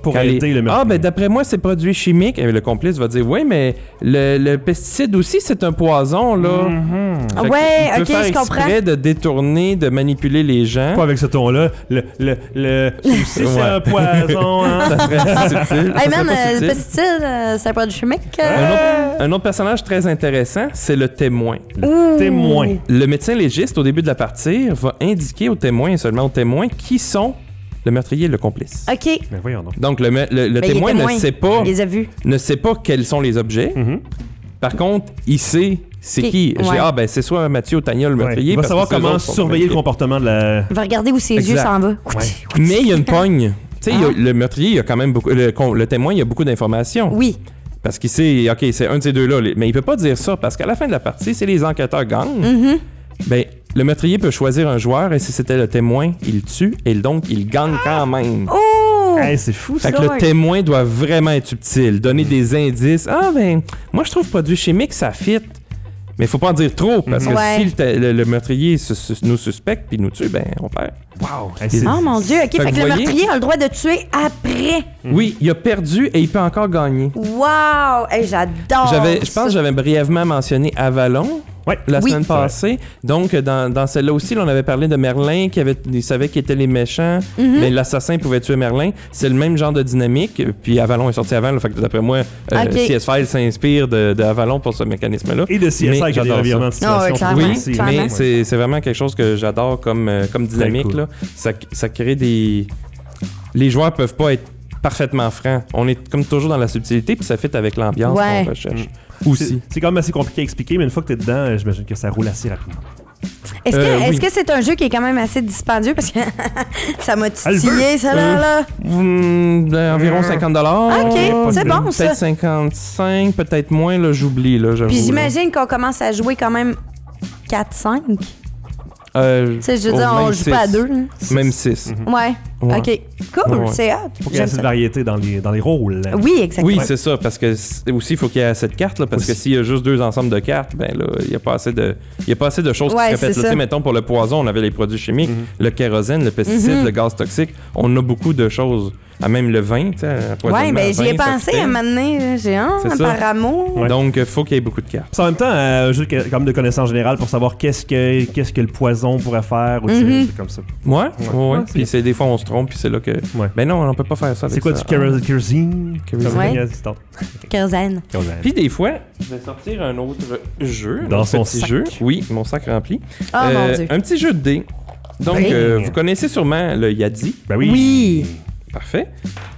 Speaker 1: Pour
Speaker 2: quand
Speaker 1: aider
Speaker 2: les-
Speaker 1: le meurtrier.
Speaker 2: Ah, ben d'après moi, c'est produit chimique. Et euh, le complice va dire Oui, mais le, le pesticide aussi, c'est un poison, là.
Speaker 1: Hmm.
Speaker 2: Fait qu'il
Speaker 3: Ouais,
Speaker 2: peut
Speaker 3: ok,
Speaker 2: faire
Speaker 3: je comprends.
Speaker 2: exprès de détourner, de manipuler les gens.
Speaker 1: Pas avec ce ton-là. Le, le, le, celui-ci, c'est
Speaker 2: Ouais.
Speaker 1: un poison, hein?
Speaker 2: Ça serait assez subtil. Ça
Speaker 3: Hey
Speaker 2: serait
Speaker 3: man,
Speaker 2: pas
Speaker 3: euh,
Speaker 2: subtil.
Speaker 3: pesticide, euh, c'est un produit chimique.
Speaker 2: Un
Speaker 3: euh?
Speaker 2: autre, un autre personnage très intéressant, c'est le témoin.
Speaker 3: Ouh.
Speaker 1: Témoin.
Speaker 2: Le médecin légiste, au début de la partie, va indiquer au témoin, et seulement au témoin, qui sont le meurtrier et le complice.
Speaker 3: Ok.
Speaker 1: Mais Ben, voyons donc.
Speaker 2: Donc, le, me- le- le
Speaker 3: Ah. Ben, il est
Speaker 2: témoin ne
Speaker 3: témoin.
Speaker 2: sait, pas,
Speaker 3: Il les a vus.
Speaker 2: ne sait pas quels sont les objets.
Speaker 1: Mhm.
Speaker 2: Par contre, il sait c'est
Speaker 3: Qui-
Speaker 2: qui. J'ai-
Speaker 3: ouais.
Speaker 2: Ah, ben c'est soit Mathieu ou Tania le
Speaker 1: Ouais.
Speaker 2: meurtrier.
Speaker 1: Il va
Speaker 2: parce
Speaker 1: savoir
Speaker 2: que ces
Speaker 1: comment
Speaker 2: autres sont
Speaker 1: surveiller le
Speaker 2: impliqués.
Speaker 1: comportement de la.
Speaker 3: Il va regarder où ses
Speaker 2: Exact.
Speaker 3: yeux s'en vont.
Speaker 2: Mais il y a une pogne. Tu sais, il y a-
Speaker 3: Ah.
Speaker 2: le meurtrier, il y a quand même beaucoup. Le, con- le témoin, il y a beaucoup d'informations.
Speaker 3: Oui.
Speaker 2: Parce qu'il sait, OK, c'est un de ces deux-là. les- Mais il peut pas dire ça parce qu'à la fin de la partie, si les enquêteurs gagnent,
Speaker 3: Mhm.
Speaker 2: ben, le meurtrier peut choisir un joueur et si c'était le témoin, il le tue et donc il gagne quand même.
Speaker 3: Oh!
Speaker 1: Hey, c'est fou, ça.
Speaker 2: Fait que le
Speaker 3: Lord.
Speaker 2: témoin doit vraiment être subtil, donner des indices. Ah ben, moi je trouve produit chimique ça fit. Mais faut pas en dire trop parce que
Speaker 3: Mhm. Ouais.
Speaker 2: si le, té- le- le meurtrier se- se- nous suspecte puis nous tue, ben on perd.
Speaker 1: Wow. Hey, c'est-
Speaker 3: Oh mon dieu, ok, fait,
Speaker 2: que
Speaker 3: que
Speaker 2: vous
Speaker 3: le
Speaker 2: voyez-
Speaker 3: meurtrier a le droit de tuer après.
Speaker 2: Oui, il a perdu et il peut encore gagner.
Speaker 3: Wow! Hey, j'adore!
Speaker 2: J'avais, je
Speaker 3: Oh, ça.
Speaker 2: pense que j'avais brièvement mentionné Avalon
Speaker 1: Ouais.
Speaker 2: la
Speaker 3: Oui.
Speaker 2: semaine passée. Donc, dans, dans celle-là aussi, là, on avait parlé de Merlin qui avait, il savait qui étaient les méchants,
Speaker 3: Mhm.
Speaker 2: mais l'assassin pouvait tuer Merlin. C'est le même genre de dynamique. Puis Avalon est sorti avant. Là, fait que d'après moi, euh,
Speaker 3: Ah, Ok.
Speaker 2: CS Files s'inspire de, de Avalon pour ce mécanisme-là.
Speaker 1: Et de
Speaker 2: Mais
Speaker 1: CSI qui a des
Speaker 2: j'adore
Speaker 1: revirements de
Speaker 3: Ah ouais,
Speaker 1: situation.
Speaker 3: clairement,
Speaker 2: Oui,
Speaker 1: aussi.
Speaker 3: clairement.
Speaker 2: mais c'est c'est vraiment quelque chose que j'adore comme, euh, comme dynamique.
Speaker 1: cool.
Speaker 2: là. Ça, ça crée des. Les joueurs peuvent pas être parfaitement francs. On est comme toujours dans la subtilité, puis ça fit avec l'ambiance
Speaker 3: Ouais.
Speaker 2: qu'on recherche.
Speaker 1: Mm.
Speaker 2: Aussi.
Speaker 1: C'est- C'est quand même assez compliqué à expliquer, mais une fois que t'es dedans, euh, j'imagine que ça roule assez rapidement.
Speaker 3: Est-ce que
Speaker 2: Euh,
Speaker 3: est-ce
Speaker 2: oui.
Speaker 3: que c'est un jeu qui est quand même assez dispendieux? Parce que ça m'a
Speaker 1: Albert.
Speaker 3: titillé, ça
Speaker 2: Euh,
Speaker 3: là. là.
Speaker 2: Hmm, ben, environ 50 dollars.
Speaker 3: Ok, c'est bon, ça.
Speaker 2: Peut-être 55, peut-être moins, là, j'oublie, là, j'avoue.
Speaker 3: Puis
Speaker 2: là.
Speaker 3: j'imagine qu'on commence à jouer quand même 4-5. Tu
Speaker 2: Euh,
Speaker 3: sais, je veux
Speaker 2: oh,
Speaker 3: dire, on
Speaker 2: même
Speaker 3: joue
Speaker 2: six.
Speaker 3: pas à deux. hein.
Speaker 2: Même 6.
Speaker 3: Ouais.
Speaker 2: Ouais.
Speaker 3: OK. Cool,
Speaker 2: Ouais, ouais.
Speaker 3: c'est hot.
Speaker 1: Pour qu'il y ait
Speaker 3: J'aime
Speaker 1: assez de
Speaker 3: ça.
Speaker 1: variété dans les, dans les rôles.
Speaker 3: Oui, exactement.
Speaker 2: Oui, c'est ça, parce que c'est- aussi, il faut qu'il y ait cette carte, là, parce que s'il y a juste deux ensembles de cartes, ben là, il n'y a pas assez de, il y a pas assez de choses
Speaker 3: Ouais,
Speaker 2: qui se répètent.
Speaker 3: c'est
Speaker 2: Là, tu sais,
Speaker 3: ça.
Speaker 2: mettons, pour le Mhm. poison, on avait les produits chimiques, le kérosène, le pesticide, le gaz toxique. On a beaucoup de choses. à même le vin. tu sais, approvisionnement
Speaker 3: Ouais,
Speaker 2: à
Speaker 3: ben j'y ai
Speaker 2: vin, ça
Speaker 3: pensé
Speaker 2: coûtait.
Speaker 3: à un moment donné, là. J'ai hein, un
Speaker 2: C'est ça.
Speaker 3: par amour.
Speaker 1: Ouais.
Speaker 2: Donc, il faut qu'il y ait beaucoup de cartes.
Speaker 1: Puis en même temps, euh, juste que- comme de connaissances générales pour savoir qu'est-ce que qu'est-ce que le poison pourrait faire ou tu sais,
Speaker 3: Mhm.
Speaker 1: c'est comme ça.
Speaker 2: Ouais, ouais, ouais.
Speaker 1: Ouais, c'est
Speaker 2: Puis c'est des fois, on se trompe, puis c'est là que.
Speaker 1: Ouais.
Speaker 2: Ben non, on peut pas faire ça.
Speaker 1: C'est
Speaker 2: avec
Speaker 1: quoi
Speaker 2: ça.
Speaker 1: du kero- kerosene
Speaker 2: Kerosene.
Speaker 1: Comme
Speaker 3: Ouais.
Speaker 1: résistant.
Speaker 3: Kerosene.
Speaker 2: Puis des fois, je vais sortir un autre jeu.
Speaker 1: Dans
Speaker 2: mon
Speaker 1: son
Speaker 2: petit
Speaker 1: sac.
Speaker 2: jeu. Oui, mon sac rempli.
Speaker 3: Oh mon
Speaker 2: Euh,
Speaker 3: dieu.
Speaker 2: Un petit jeu de dés. Donc,
Speaker 1: Hey.
Speaker 2: euh, vous connaissez sûrement le Yadi.
Speaker 1: Ben oui.
Speaker 2: Parfait.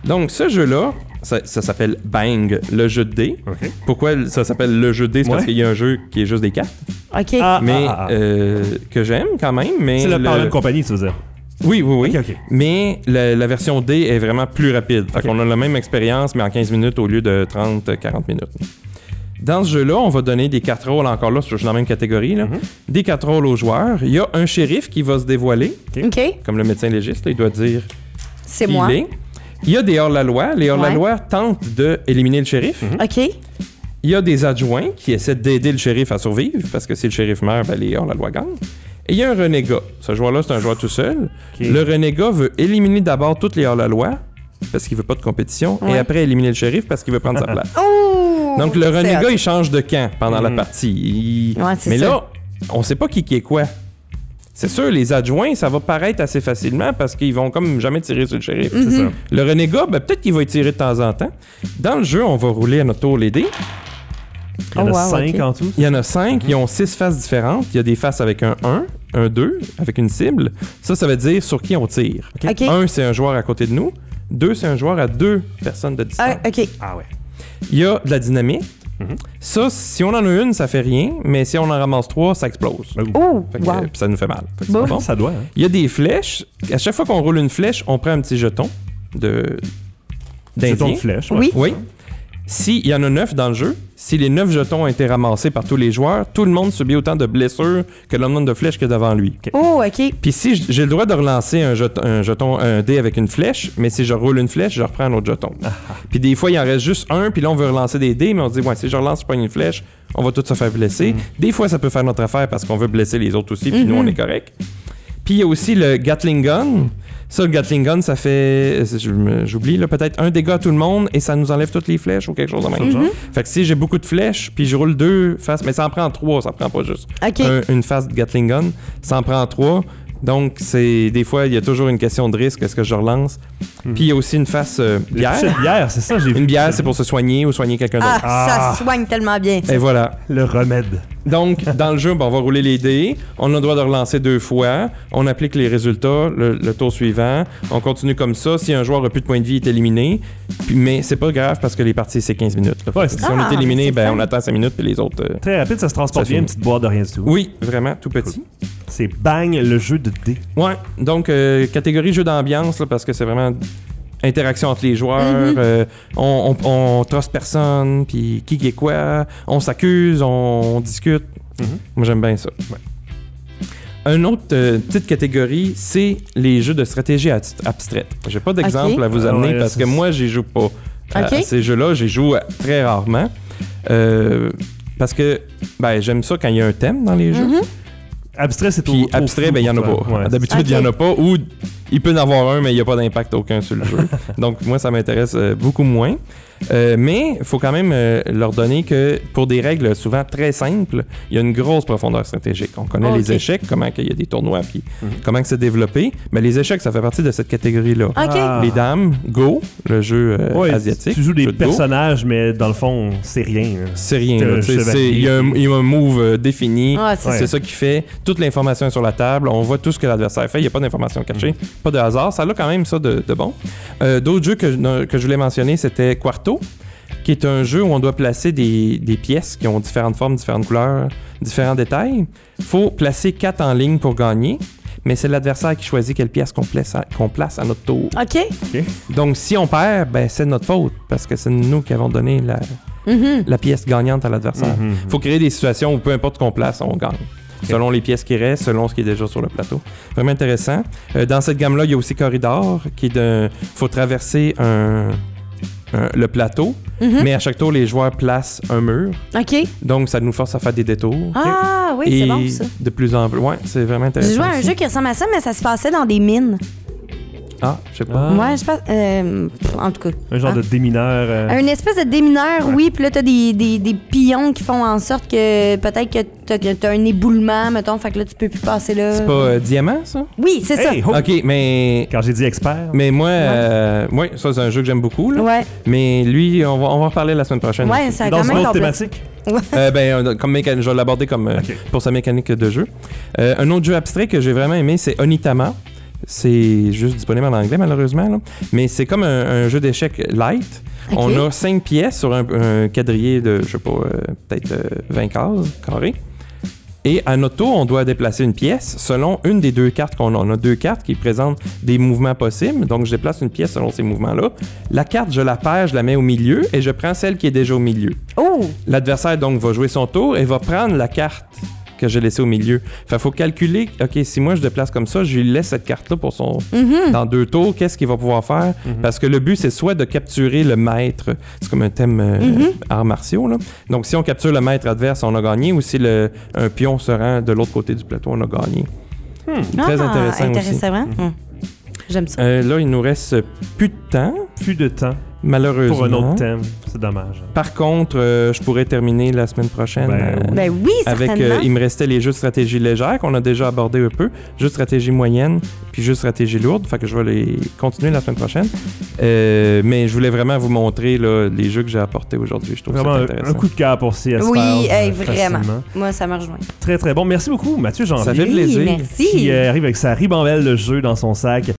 Speaker 2: Donc, ce jeu-là, ça, ça s'appelle Bang, le jeu de dés.
Speaker 1: Ok.
Speaker 2: Pourquoi ça s'appelle le jeu de dés? C'est parce
Speaker 1: Ouais.
Speaker 2: qu'il y a un jeu qui est juste des cartes,
Speaker 3: OK.
Speaker 1: Ah,
Speaker 2: mais
Speaker 1: ah, ah, ah.
Speaker 2: euh, que j'aime quand même. Mais
Speaker 1: c'est le,
Speaker 2: le-
Speaker 1: par la même compagnie, tu veux dire.
Speaker 2: Oui, oui, oui.
Speaker 1: Ok, ok.
Speaker 2: Mais la, la version D est vraiment plus rapide. Fait qu'on a la même expérience, mais en 15 minutes au lieu de 30-40 minutes. Dans ce jeu-là, on va donner des cartes rôles encore là, parce que je suis dans la même catégorie. Là.
Speaker 1: Mm-hmm.
Speaker 2: Des cartes rôles aux joueurs. Il y a un shérif qui va se dévoiler,
Speaker 3: OK.
Speaker 2: comme le médecin légiste, là, il doit dire
Speaker 3: C'est
Speaker 2: qui
Speaker 3: moi.
Speaker 2: il est. Il y a des hors-la-loi. Les hors-la-loi tentent d'éliminer le
Speaker 1: Mm.
Speaker 2: shérif.
Speaker 3: OK.
Speaker 2: Il y a des adjoints qui essaient d'aider le shérif à survivre, parce que si le shérif meurt, ben, les hors-la-loi gagnent. Et il y a un renégat. Ce joueur-là, c'est un joueur tout seul.
Speaker 1: Ok.
Speaker 2: Le renégat veut éliminer d'abord toutes les hors-la-loi, parce qu'il veut pas de compétition, et
Speaker 3: Ouais.
Speaker 2: après éliminer le shérif parce qu'il veut prendre sa place.
Speaker 3: Ouh!
Speaker 2: Donc le
Speaker 3: C'est
Speaker 2: renégat,
Speaker 3: hot.
Speaker 2: il change de camp pendant la
Speaker 1: Mm.
Speaker 2: partie. Il-
Speaker 3: Ouais, c'est
Speaker 2: Mais
Speaker 3: ça.
Speaker 2: là, on sait pas qui, qui est quoi. C'est sûr, les adjoints, ça va paraître assez facilement parce qu'ils vont comme jamais tirer sur le shérif.
Speaker 3: Mm-hmm.
Speaker 1: C'est ça.
Speaker 2: Le renégat, ben, peut-être qu'il va y tirer de temps en temps. Dans le jeu, on va rouler à notre tour les dés.
Speaker 1: Il y en a
Speaker 3: Oh, wow,
Speaker 1: 5
Speaker 3: ok.
Speaker 1: en tout.
Speaker 2: Il y en a cinq, ils ont six faces différentes. Il y a des faces avec un 1, un 2, avec une cible. Ça, ça veut dire sur qui on tire.
Speaker 3: OK.
Speaker 2: Un, c'est un joueur à côté de nous. Deux, c'est un joueur à deux personnes de distance.
Speaker 3: Ah, OK.
Speaker 1: Ah ouais.
Speaker 2: Il y a de la dynamique.
Speaker 1: Mhm.
Speaker 2: Ça, si on en a une, ça fait rien, mais si on en ramasse trois, ça explose.
Speaker 1: Ben oui.
Speaker 3: Oh,
Speaker 2: Fait que,
Speaker 3: wow.
Speaker 2: euh, puis ça nous fait mal. Fait que c'est
Speaker 3: Bon.
Speaker 2: pas bon.
Speaker 1: Ça doit. Hein.
Speaker 2: Il y a des flèches. À chaque fois qu'on roule une flèche, on prend un petit jeton de
Speaker 1: C'est
Speaker 2: d'Indien.
Speaker 1: ton flèche. ouais.
Speaker 3: Oui.
Speaker 2: Oui. S'il y en a neuf dans le jeu, si les neuf jetons ont été ramassés par tous les joueurs, tout le monde subit autant de blessures que le nombre de flèches que devant lui.
Speaker 3: Oh, OK.
Speaker 2: Puis si j- j'ai le droit de relancer un jeton, un jeton, un dé avec une flèche, mais si je roule une flèche, je reprends un autre jeton. Puis des fois, il en reste juste un, puis là, on veut relancer des dés, mais on se dit, ouais, si je relance, je prends une flèche, on va tous se faire blesser. Des fois, ça peut faire notre affaire parce qu'on veut blesser les autres aussi, puis nous, on est correct. Puis il y a aussi le Gatling Gun. Ça, le Gatling Gun, ça fait, euh, je me- j'oublie, là, peut-être un dégât à tout le monde et ça nous enlève toutes les flèches ou quelque chose de même genre. Fait que si j'ai beaucoup de flèches, puis je roule deux faces, mais ça en prend trois, ça prend pas juste
Speaker 3: OK.
Speaker 2: un- une face de Gatling Gun, ça en prend trois. Donc, c'est des fois, il y a toujours une question de risque. Est-ce que je relance? Puis, il y a aussi une face euh,
Speaker 1: Les
Speaker 2: bière.
Speaker 1: petites bières, Ah. c'est ça, j'ai vu.
Speaker 2: Une bière, c'est pour se soigner ou soigner quelqu'un
Speaker 3: Ah,
Speaker 2: d'autre.
Speaker 1: Ah.
Speaker 3: ça soigne tellement bien.
Speaker 2: Et voilà.
Speaker 1: Le remède.
Speaker 2: Donc, dans le jeu, ben, on va rouler les dés. On a le droit de relancer deux fois. On applique les résultats le, le tour suivant. On continue comme ça. Si un joueur a plus de points de vie, il est éliminé. Puis, mais c'est pas grave parce que les parties, c'est 15 minutes. là.
Speaker 1: Ouais,
Speaker 2: si
Speaker 1: c'est
Speaker 2: on
Speaker 3: Ah,
Speaker 2: est éliminé,
Speaker 3: c'est
Speaker 2: ben,
Speaker 3: fun.
Speaker 2: on attend 5 minutes, puis les autres. euh,
Speaker 1: très rapide, ça se transporte
Speaker 2: Ça
Speaker 1: bien,
Speaker 2: finit.
Speaker 1: une petite boîte de rien du tout.
Speaker 2: Oui, vraiment, tout petit.
Speaker 1: C'est bang le jeu de dés.
Speaker 2: Ouais, donc euh, catégorie jeu d'ambiance, là, parce que c'est vraiment interaction entre les joueurs,
Speaker 3: Mhm.
Speaker 2: euh, on, on, on trosse personne, puis qui qui est quoi, on s'accuse, on, on discute.
Speaker 1: Mhm.
Speaker 2: Moi j'aime bien ça. Une autre euh, petite catégorie, c'est les jeux de stratégie abst- abstraite. J'ai pas d'exemple
Speaker 3: Ok.
Speaker 2: à vous
Speaker 1: Ah
Speaker 2: amener
Speaker 1: ouais,
Speaker 2: parce que
Speaker 1: c'est-
Speaker 2: moi j'y joue pas. euh, À-
Speaker 3: Ok.
Speaker 2: à ces jeux-là, j'y joue euh, très rarement. Euh, parce que ben, j'aime ça quand il y a un thème dans les jeux.
Speaker 3: Mhm.
Speaker 1: Abstrait, c'est
Speaker 2: Puis
Speaker 1: trop- trop
Speaker 2: abstrait,
Speaker 1: flou
Speaker 2: ben, il n'y en a
Speaker 1: pour
Speaker 2: pas.
Speaker 1: toi. Ouais.
Speaker 2: D'habitude, il n'y en a pas. Ou il peut en avoir un, mais il n'y a pas d'impact aucun sur le jeu. Donc, moi, ça m'intéresse euh, beaucoup moins. Euh, mais il faut quand même euh, leur donner que pour des règles souvent très simples, il y a une grosse profondeur stratégique. On connaît
Speaker 3: Ok.
Speaker 2: les échecs, comment qu'il y a des tournois, puis
Speaker 1: Mhm.
Speaker 2: comment que c'est développé. Mais les échecs, ça fait partie de cette catégorie-là.
Speaker 3: OK.
Speaker 1: Ah.
Speaker 2: Les dames, Go, le jeu euh,
Speaker 1: Ouais,
Speaker 2: asiatique.
Speaker 1: Tu joues
Speaker 2: jeu
Speaker 1: des
Speaker 2: de Go.
Speaker 1: personnages, mais dans le fond, c'est rien. hein.
Speaker 2: C'est rien.
Speaker 1: T'es
Speaker 2: là,
Speaker 1: un
Speaker 2: tu sais,
Speaker 1: chevalier.
Speaker 2: c'est- Il y, a un- il y a un move euh, défini.
Speaker 3: Ah, c'est
Speaker 1: Ouais.
Speaker 2: C'est ça qui fait toute l'information est sur la table. On voit tout ce que l'adversaire fait. Il n'y a pas d'information cachée, pas de hasard. Ça a quand même ça de, de bon. Euh, D'autres jeux que, je- que je voulais mentionner, c'était Quarto, qui est un jeu où on doit placer des, des pièces qui ont différentes formes, différentes couleurs, différents détails. faut placer quatre en ligne pour gagner. Mais c'est l'adversaire qui choisit quelle pièce qu'on place, à- qu'on place à notre tour.
Speaker 3: OK.
Speaker 2: Donc, si on perd, ben, c'est notre faute parce que c'est nous qui avons donné la,
Speaker 3: Mhm.
Speaker 2: la pièce gagnante à l'adversaire.
Speaker 1: Mhm.
Speaker 2: faut créer des situations où peu importe qu'on place, on gagne. Selon les pièces qui restent, selon ce qui est déjà sur le plateau. Vraiment intéressant. Euh, dans cette gamme-là, il y a aussi Corridor, qui est d'un. faut traverser un, un- le plateau,
Speaker 3: Mhm.
Speaker 2: mais à chaque tour, les joueurs placent un mur.
Speaker 3: OK.
Speaker 2: Donc, ça nous force à faire des détours.
Speaker 3: Ah, oui,
Speaker 2: Et
Speaker 3: c'est bon, ça.
Speaker 2: de plus en plus. Ouais, c'est vraiment intéressant.
Speaker 3: J'ai joué à un
Speaker 2: aussi.
Speaker 3: jeu qui ressemble à ça, mais ça se passait dans des mines.
Speaker 2: Ah, je sais pas.
Speaker 1: Ah.
Speaker 3: Moi, je pense. euh, pff, en tout cas.
Speaker 1: Un genre
Speaker 3: Ah.
Speaker 1: de démineur. euh,
Speaker 3: Un espèce de démineur,
Speaker 1: Ouais.
Speaker 3: oui, puis là, t'as des, des, des pions qui font en sorte que peut-être que t'as, que t'as un éboulement, mettons, fait que là, tu peux plus passer là.
Speaker 2: C'est pas euh, diamant, ça?
Speaker 3: Oui, c'est
Speaker 1: Hey, oh!
Speaker 2: Ok, mais.
Speaker 1: Quand j'ai dit expert.
Speaker 2: Mais moi, euh, ouais, ça, c'est un jeu que j'aime beaucoup.
Speaker 3: ça.
Speaker 2: là.
Speaker 3: Ouais,
Speaker 2: Mais lui, on va, on va en reparler la semaine prochaine.
Speaker 3: ouais, ça a
Speaker 1: dans
Speaker 3: quand
Speaker 1: une
Speaker 3: même
Speaker 1: autre
Speaker 3: complet.
Speaker 1: thématique.
Speaker 2: Euh, ben, euh, comme mécan- je vais l'aborder comme euh,
Speaker 1: Ok.
Speaker 2: pour sa mécanique de jeu. Euh, un autre jeu abstrait que j'ai vraiment aimé, c'est Onitama. C'est juste disponible en anglais, malheureusement. là. Mais c'est comme un, un jeu d'échecs light.
Speaker 3: Ok.
Speaker 2: On a cinq pièces sur un, un quadrillé de, je sais pas, euh, peut-être euh, 20 cases carrées. Et à notre tour, on doit déplacer une pièce selon une des deux cartes qu'on a. On a deux cartes qui présentent des mouvements possibles. Donc, je déplace une pièce selon ces mouvements-là. La carte, je la perds, je la mets au milieu et je prends celle qui est déjà au milieu.
Speaker 3: Oh!
Speaker 2: L'adversaire donc va jouer son tour et va prendre la carte que j'ai laissée au milieu. Fait faut calculer, OK, si moi je déplace comme ça, je lui laisse cette carte-là pour son.
Speaker 3: Mhm.
Speaker 2: Dans deux tours, qu'est-ce qu'il va pouvoir faire?
Speaker 1: Mhm.
Speaker 2: Parce que le but, c'est soit de capturer le maître, c'est comme un thème euh,
Speaker 3: Mhm.
Speaker 2: arts martiaux, là. Donc si on capture le maître adverse, on a gagné, ou si le, un pion se rend de l'autre côté du plateau, on a gagné. Très
Speaker 1: Hmm.
Speaker 3: Ah,
Speaker 2: intéressant, aussi. Mm.
Speaker 3: intéressant. Hum. J'aime ça.
Speaker 2: Euh, là, il nous reste plus de temps,
Speaker 1: Plus de temps
Speaker 2: malheureusement.
Speaker 1: pour un autre thème. C'est dommage.
Speaker 2: Par contre, euh, je pourrais terminer la semaine prochaine.
Speaker 1: Ben,
Speaker 2: euh,
Speaker 3: Ben oui,
Speaker 2: Avec,
Speaker 3: certainement.
Speaker 2: euh, il me restait les jeux de stratégie légère qu'on a déjà abordé un peu, jeux de stratégie moyenne, puis jeux de stratégie lourde. Fait que je vais les continuer la semaine prochaine. Euh, mais je voulais vraiment vous montrer là, les jeux que j'ai apportés aujourd'hui. Je trouve
Speaker 1: Vraiment
Speaker 2: ça
Speaker 1: un,
Speaker 2: intéressant.
Speaker 1: un coup de cœur pour CS.
Speaker 3: Oui, hey,
Speaker 1: euh,
Speaker 3: vraiment.
Speaker 1: facilement.
Speaker 3: Moi, ça me rejoint.
Speaker 1: Très très bon. Merci beaucoup Mathieu Jean.
Speaker 2: Ça fait
Speaker 3: Oui,
Speaker 2: plaisir. euh,
Speaker 3: Merci.
Speaker 1: Qui euh, arrive avec sa ribambelle de jeu dans son sac.